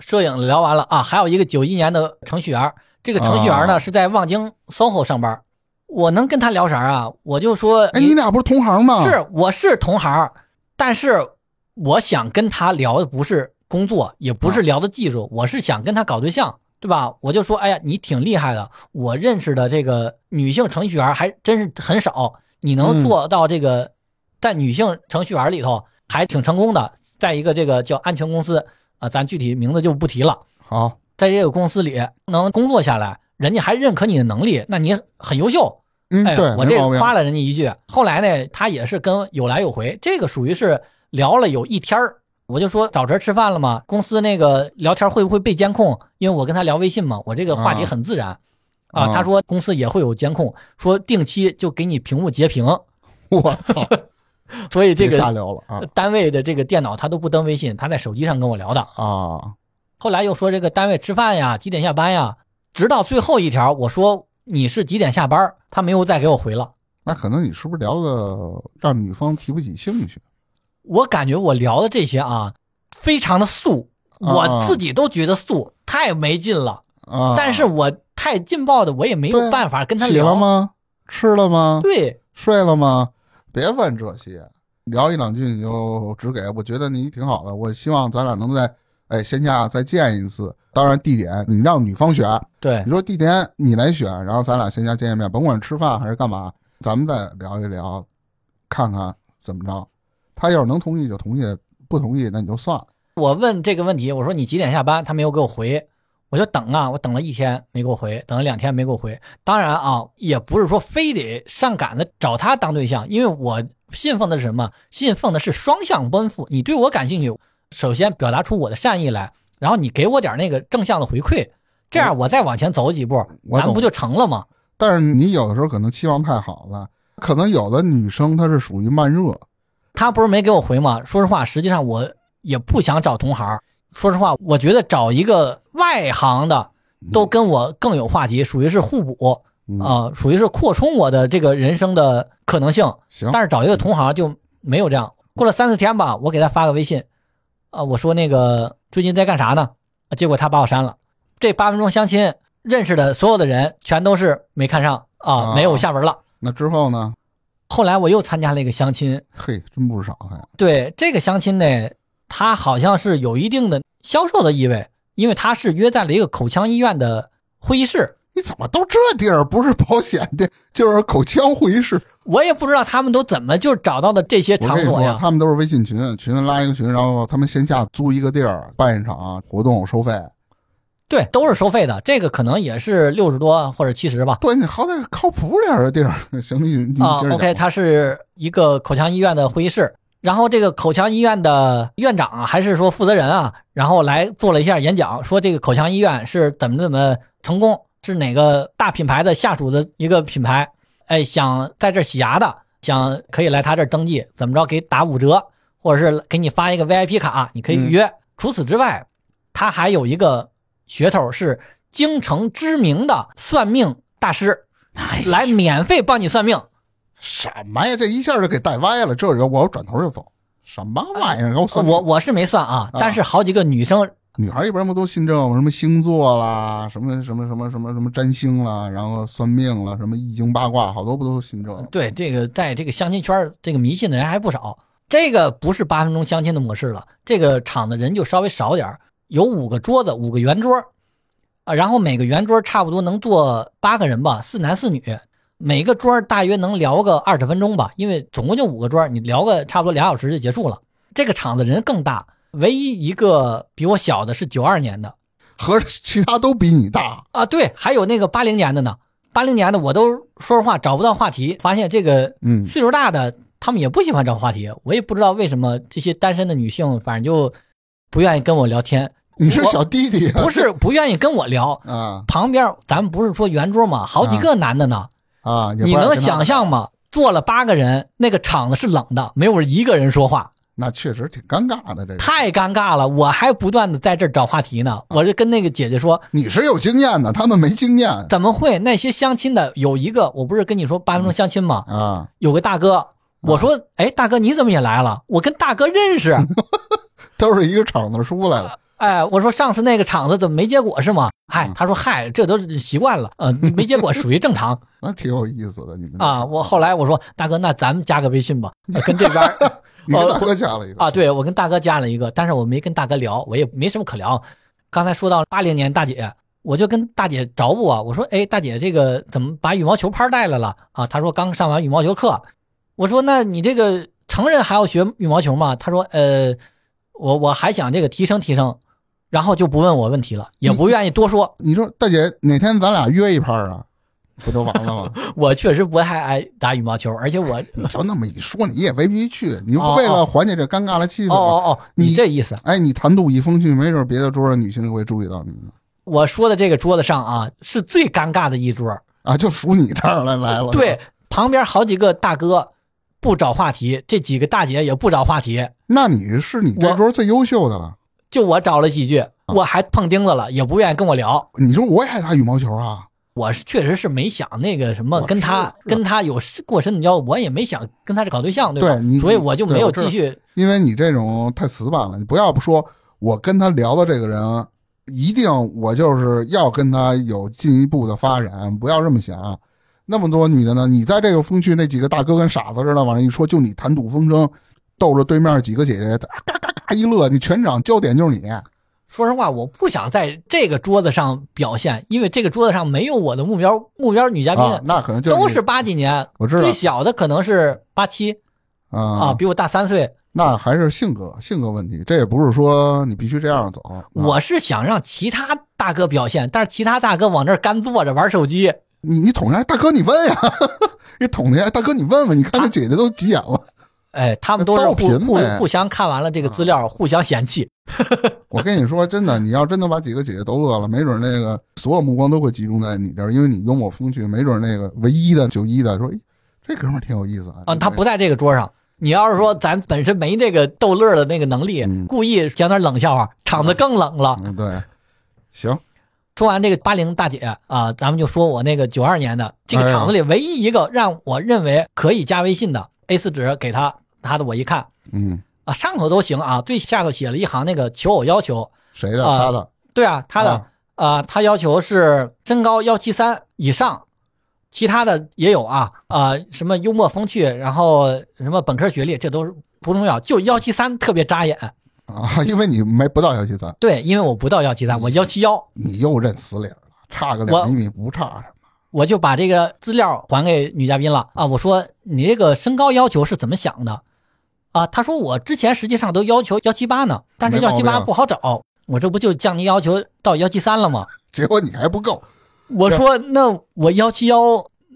B: 摄影聊完了啊，还有一个九一年的程序员，这个程序员呢、
A: 啊
B: 是在望京 SOHO 上班，我能跟他聊啥啊？我就说，
A: 哎，你俩不是同行吗？
B: 是我是同行，但是我想跟他聊的不是工作，也不是聊的技术，我是想跟他搞对象，对吧？我就说，哎呀，你挺厉害的，我认识的这个女性程序员还真是很少，你能
A: 嗯
B: 做到这个，在女性程序员里头还挺成功的，在一个这个叫安全公司啊、咱具体名字就不提了。
A: 好，
B: 在这个公司里能工作下来，人家还认可你的能力，那你很优秀。
A: 嗯，
B: 哎
A: 对，
B: 我
A: 没
B: 这
A: 毛病。
B: 夸了人家一句。后来呢，他也是跟有来有回，这个属于是聊了有一天儿。我就说找哲吃饭了吗？公司那个聊天会不会被监控？因为我跟他聊微信嘛，我这个话题
A: 啊
B: 很自然啊。
A: 啊
B: 他说公司也会有监控，说定期就给你屏幕截屏，
A: 我操，
B: 所 以这
A: 别瞎
B: 个
A: 聊了啊
B: 单位的这个电脑他都不登微信，他在手机上跟我聊的。
A: 啊！
B: 后来又说这个单位吃饭呀，几点下班呀，直到最后一条我说你是几点下班儿，他没有再给我回了。
A: 那可能你是不是聊的让女方提不起兴趣？
B: 我感觉我聊的这些啊，非常的素，
A: 啊
B: 我自己都觉得素，太没劲了。
A: 啊？
B: 但是我太劲爆的，我也没有
A: 对
B: 办法跟他
A: 起
B: 聊。
A: 了吗？吃了吗？
B: 对，
A: 睡了吗？别问这些，聊一两句你就只给。我觉得你挺好的，我希望咱俩能在哎线下再见一次。当然地点你让女方选，
B: 对
A: 你，说地点你来选，然后咱俩线下见一面，甭管吃饭还是干嘛，咱们再聊一聊，看看怎么着。他要是能同意就同意，不同意那你就算了。
B: 我问这个问题，我说你几点下班？他没有给我回，我就等啊，我等了一天没给我回，等了两天没给我回。当然啊，也不是说非得上赶着找他当对象，因为我信奉的是什么？信奉的是双向奔赴。你对我感兴趣，首先表达出我的善意来，然后你给我点那个正向的回馈，这样我再往前走几步，
A: 我
B: 咱
A: 懂
B: 不就成了吗？
A: 但是你有的时候可能期望太好了，可能有的女生她是属于慢热，
B: 他不是没给我回吗？说实话，实际上我也不想找同行。说实话，我觉得找一个外行的，都跟我更有话题，属于是互补
A: 嗯、
B: 啊、属于是扩充我的这个人生的可能性。
A: 行，
B: 但是找一个同行就没有这样。过了三四天吧，我给他发个微信，呃啊，我说那个最近在干啥呢？啊结果他把我删了。这八分钟相亲认识的所有的人全都是没看上啊，
A: 啊
B: 没有下文了。
A: 那之后呢？
B: 后来我又参加了一个相亲，
A: 嘿，真不少还。
B: 对这个相亲呢，它好像是有一定的销售的意味，因为它是约在了一个口腔医院的会议室。
A: 你怎么都这地儿？不是保险店，就是口腔会议室。
B: 我也不知道他们都怎么就找到的这些
A: 我
B: 场
A: 跟你
B: 所
A: 说，
B: 呀。
A: 他们都是微信群，群里拉一个群，然后他们线下租一个地儿办一场活动，收费。
B: 对，都是收费的，这个可能也是六十多或者七十吧。
A: 对你好歹靠谱点儿的地儿。行，你你接
B: 啊
A: 着、讲
B: o k 它是一个口腔医院的会议室，然后这个口腔医院的院长啊，还是说负责人啊，然后来做了一下演讲，说这个口腔医院是怎么怎么成功，是哪个大品牌的下属的一个品牌，哎，想在这儿洗牙的，想可以来他这儿登记，怎么着给打五折，或者是给你发一个 VIP 卡，啊
A: 嗯
B: 你可以预约。除此之外，他还有一个噱头是京城知名的算命大师
A: 哎
B: 来免费帮你算命。
A: 什么呀？这一下就给带歪了。这人我转头就走，什么玩意儿？给我算
B: 呃我我是没算
A: 啊
B: 啊，但是好几个女生，
A: 女孩一般不都信这种什么星座啦，什么什么什么什么什么占星啦，然后算命啦，什么易经八卦，好多不都信这个？
B: 对这个在这个相亲圈儿这个迷信的人还不少。这个不是八分钟相亲的模式了，这个场的人就稍微少点儿，有五个桌子，五个圆桌儿，啊，然后每个圆桌儿差不多能坐八个人吧，四男四女，每个桌儿大约能聊个二十分钟吧，因为总共就五个桌儿，你聊个差不多俩小时就结束了。这个场子人更大，唯一一个比我小的是九二年的，
A: 合着其他都比你大。
B: 啊，对，还有那个八零年的呢，八零年的我都说实话找不到话题，发现这个
A: 嗯，
B: 岁数大的他们也不喜欢找话题，我也不知道为什么这些单身的女性反正就不愿意跟我聊天，
A: 你是小弟弟啊？
B: 不是不愿意跟我聊。
A: 啊
B: 旁边咱们不是说圆桌嘛，好几个男的呢，
A: 啊！也不
B: 你
A: 爱
B: 能
A: 跟他
B: 想象吗？坐了八个人，那个场子是冷的，没有一个人说话，
A: 那确实挺尴尬的。这个
B: 太尴尬了。我还不断的在这儿找话题
A: 啊
B: 呢，我就跟那个姐姐说，
A: 你是有经验的，他们没经验
B: 怎么会？那些相亲的有一个，我不是跟你说八分钟相亲吗？
A: 啊。
B: 有个大哥，我说，哎，大哥你怎么也来了？我跟大哥认识，
A: 都是一个厂子出来的，
B: 哎，我说上次那个场子怎么没结果是吗？嗨，他说嗨，这都是习惯了，呃，没结果属于正常
A: 那挺有意思的。你们这
B: 啊。我后来我说，大哥，那咱们加个微信吧，呃跟这边儿
A: 你跟
B: 呃
A: 大哥加了一个
B: 啊，对我跟大哥加了一个，但是我没跟大哥聊，我也没什么可聊。刚才说到八零年大姐，我就跟大姐着补啊，我说，哎，大姐这个怎么把羽毛球拍带来了啊？她说刚上完羽毛球课。我说，那你这个成人还要学羽毛球吗？她说，呃，我我还想这个提升提升，然后就不问我问题了，也不愿意多说。
A: 你说大姐哪天咱俩约一盘儿啊？不就完了吗？
B: 我确实不太爱打羽毛球，而且我
A: 你就那么一说，你也未必去，你
B: 哦
A: 为了缓解这尴尬的气氛嘛，
B: 哦哦哦，你
A: 你
B: 这意思。
A: 哎，你谈吐一风趣，没准别的桌上女性就会注意到你呢。
B: 我说的这个桌子上啊，是最尴尬的一桌，
A: 啊，就数你这儿来来了。
B: 对，，旁边好几个大哥不找话题，这几个大姐也不找话题，
A: 那你是你这桌最优秀的了。
B: 就我找了几句，
A: 嗯
B: 我还碰钉子了，也不愿意跟我聊。
A: 你说我也爱打羽毛球啊？
B: 我是确实是没想那个什么
A: 我
B: 跟他
A: 是是
B: 跟他有过深的交往，我也没想跟他搞对象，对吧？
A: 对你
B: 所以我就没有继续。
A: 因为你这种太死板了，你不要不说，我跟他聊的这个人，一定我就是要跟他有进一步的发展，不要这么想。那么多女的呢，你在这个风趣，那几个大哥跟傻子似的往那一说，就你谈吐风生，逗着对面几个姐姐嘎嘎嘎嘎一乐，你全场焦点就是你。
B: 啊说实话，我不想在这个桌子上表现，因为这个桌子上没有我的目标目标女嘉宾，
A: 啊，那可能就是
B: 都
A: 你
B: 是八几年，
A: 我知道
B: 最小的可能是八七
A: 啊
B: 啊，比我大三岁。
A: 那还是性格性格问题，这也不是说你必须这样走。啊
B: 我是想让其他大哥表现，但是其他大哥往那儿干坐着玩手机，
A: 你你捅一下大哥，你问呀， 你捅一下大哥，你问问，你看
B: 啊
A: 这姐姐都急眼了。
B: 哎，他们都是
A: 倒
B: 互
A: 贫
B: 互
A: 呗啊
B: 互相看完了这个资料，互相嫌弃。
A: 我跟你说，真的，你要真的把几个姐姐都乐了，没准那个所有目光都会集中在你这儿，因为你幽默风趣，没准那个唯一的九一的说，哎这哥们儿挺有意思啊。
B: 啊，他不在这个桌上。你要是说咱本身没这个逗乐的那个能力，
A: 嗯
B: 故意讲点冷笑话，场子更冷了。
A: 嗯对，行，
B: 说完这个八零大姐啊、咱们就说我那个九二年的这
A: 哎
B: 个
A: 呀
B: 场子里唯一一个让我认为可以加微信的 A 4纸给他，他的我一看
A: 嗯，
B: 啊，上头都行啊，最下头写了一行那个求偶要求，
A: 谁的
B: 啊
A: 他的
B: 对啊，他的、
A: 啊
B: 啊、他要求是身高幺七三以上，其他的也有啊啊、什么幽默风趣，然后什么本科学历，这都是不重要，就幺七三特别扎眼。
A: 啊，因为你没不到幺七三，
B: 对，因为我不到幺七三，我幺七幺，
A: 你又认死理儿了，差个
B: 我
A: 两厘米不差什么。
B: 我就把这个资料还给女嘉宾了啊。我说你这个身高要求是怎么想的啊？她说我之前实际上都要求幺七八呢，但是
A: 没毛
B: 幺七
A: 病啊
B: 八不好找，我这不就降低要求到幺七三了吗？
A: 结果你还不够，
B: 我说那我幺七幺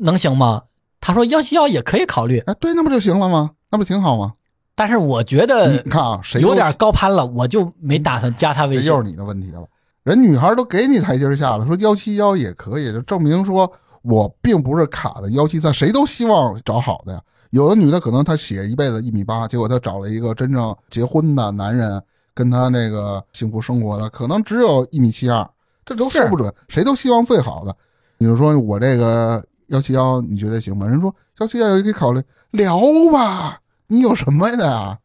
B: 能行吗？她说幺七幺也可以考虑，
A: 哎，对，那不就行了吗？那不挺好吗？
B: 但是我觉
A: 你
B: 得
A: 看啊，谁都
B: 呃有点高攀了，我就没打算加她微
A: 这
B: 信
A: 又。是你的问题了。人女孩都给你台阶下了，说幺七幺也可以，就证明说我并不是卡的幺七三，谁都希望找好的呀。有的女的可能她写一辈子一米八，结果她找了一个真正结婚的男人，跟她那个幸福生活的，可能只有一米七二，这都
B: 是
A: 说不准，谁都希望最好的。你就说我这个幺七幺，你觉得行吗？人说幺七幺也可以考虑聊吧，你有什么的呀？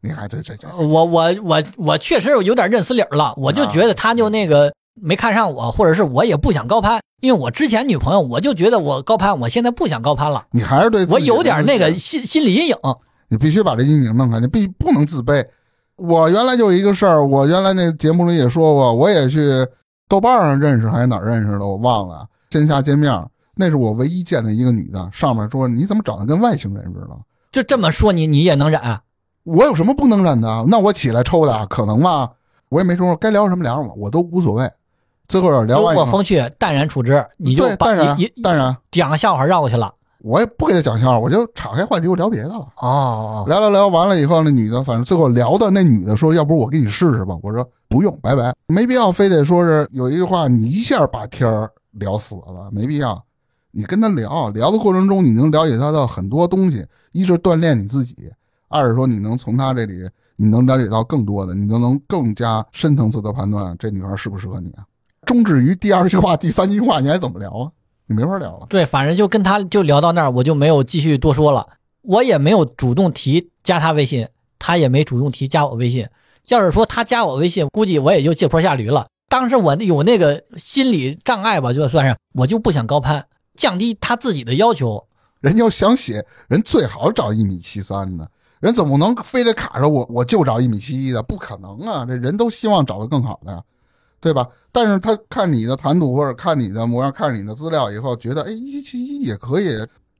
A: 你还这这这
B: 我我我我确实有点认死理儿了，我就觉得他就那个没看上我，或者是我也不想高攀，因为我之前女朋友我就觉得我高攀，我现在不想高攀了，
A: 你还是对自己
B: 我有点那
A: 的
B: 个心心理阴影。
A: 你必须把这阴影弄开，你必不能自卑。我原来就有一个事儿，我原来那节目里也说过，我也去豆瓣上认识还是哪儿认识的，我忘了。线下见面，那是我唯一见的一个女的，上面说你怎么长得跟外星人似的？
B: 就这么说你，你也能忍？啊
A: 我有什么不能忍的啊？那我起来抽她，可能吗？我也没说该聊什么聊什么，我都无所谓。最后聊
B: 幽
A: 完以
B: 默
A: 后，
B: 风趣，淡然处之，你就
A: 对，
B: 把
A: 淡然
B: 你你
A: 淡然，
B: 讲个笑话绕过去了。
A: 我也不给她讲笑话，我就岔开话题，我聊别的了。
B: 哦，
A: 聊聊聊完了以后，那女的反正最后聊的那女的说：“要不我给你试试吧？”我说：“不用，拜拜，没必要非得说是有一句话你一下把天儿聊死了，没必要。你跟她聊聊的过程中，你能了解她到很多东西，一是锻炼你自己，二是说你能从她这里你能了解到更多的，你就能更加深层次的判断这女孩适不适合你啊。终止于第二句话、第三句话，你还怎么聊啊？你没法聊了。
B: 对，反正就跟他就聊到那儿，我就没有继续多说了，我也没有主动提加他微信，他也没主动提加我微信。要是说他加我微信，估计我也就借坡下驴了。当时我有那个心理障碍吧，就算是我就不想高攀，降低他自己的要求。
A: 人要想写，人最好找一米七三的，人怎么能非得卡着我，我就找一米七一的？不可能啊！这人都希望找到更好的呀，对吧？但是他看你的谈吐或者看你的模样、看你的资料以后，觉得哎，一七一也可以。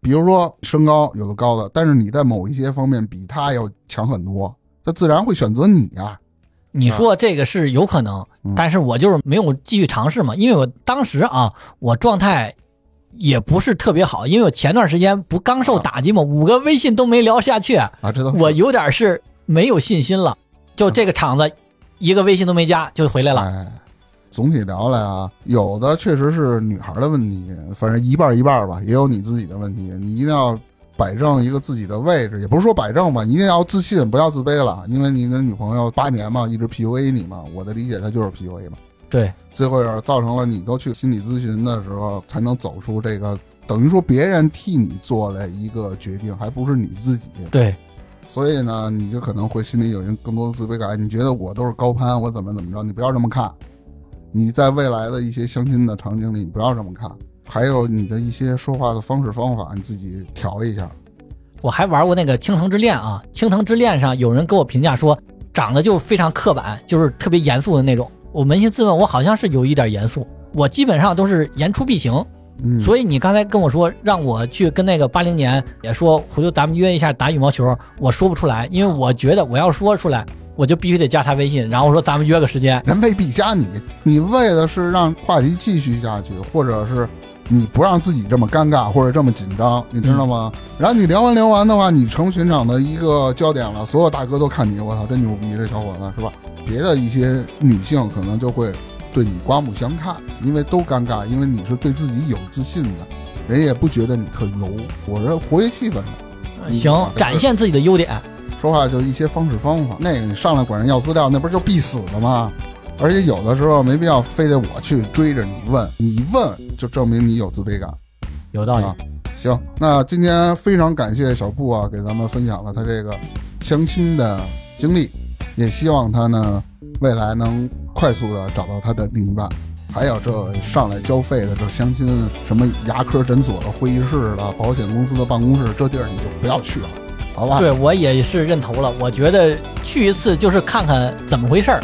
A: 比如说身高有的高的，但是你在某一些方面比他要强很多，他自然会选择你啊呀、
B: 你说这个是有可能，但是我就是没有继续尝试嘛，因为我当时啊，我状态也不是特别好，因为我前段时间不刚受打击嘛，五个微信都没聊下去。
A: 啊！这都
B: 我有点是没有信心了。就这个厂子，一个微信都没加就回来了。
A: 哎，总体聊来啊，有的确实是女孩的问题，反正一半儿一半儿吧，也有你自己的问题。你一定要摆正一个自己的位置，也不是说摆正吧，你一定要自信，不要自卑了。因为你跟女朋友八年嘛，一直 PUA 你嘛，我的理解她就是 PUA 嘛，
B: 对，
A: 最后也造成了你都去心理咨询的时候才能走出这个。等于说别人替你做了一个决定，还不是你自己。
B: 对，
A: 所以呢，你就可能会心里有人更多的自卑感，你觉得我都是高攀，我怎么怎么着？你不要这么看。你在未来的一些相亲的场景里，你不要这么看。还有你的一些说话的方式方法，你自己调一下。
B: 我还玩过那个《青藤之恋》啊，《青藤之恋》上有人给我评价说，长得就非常刻板，就是特别严肃的那种。我扪心自问，我好像是有一点严肃，我基本上都是言出必行。
A: 嗯，
B: 所以你刚才跟我说让我去跟那个八零年也说，回头咱们约一下打羽毛球，我说不出来，因为我觉得我要说出来，我就必须得加他微信，然后说咱们约个时间。
A: 人未必加你，你为的是让话题继续下去，或者是你不让自己这么尴尬或者这么紧张，你知道吗？然后你聊完聊完的话，你成全场的一个焦点了，所有大哥都看你，我操，真牛逼，这小伙子是吧？别的一些女性可能就会对你刮目相看，因为都尴尬，因为你是对自己有自信的，人也不觉得你特油，我是活跃气氛的。嗯
B: 行，展现自己的优点。
A: 说话就是一些方式方法。那个你上来管人要资料，那不是就必死的吗？而且有的时候没必要非得我去追着你问，你一问就证明你有自卑感。
B: 有道理。
A: 啊行，那今天非常感谢小布啊，给咱们分享了他这个相亲的经历，也希望他呢未来能快速的找到他的另一半。还有这上来交费的这相亲什么牙科诊所的会议室的保险公司的办公室，这地儿你就不要去了，好吧？
B: 对我也是认头了。我觉得去一次就是看看怎么回事儿，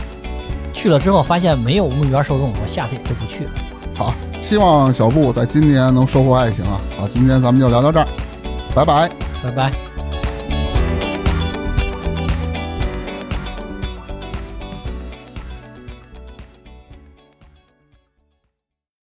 B: 去了之后发现没有墓园受众，我下次也就不去了。
A: 好，希望小布在今年能收获爱情啊！好，今天咱们就聊到这儿，拜拜。
B: 拜拜。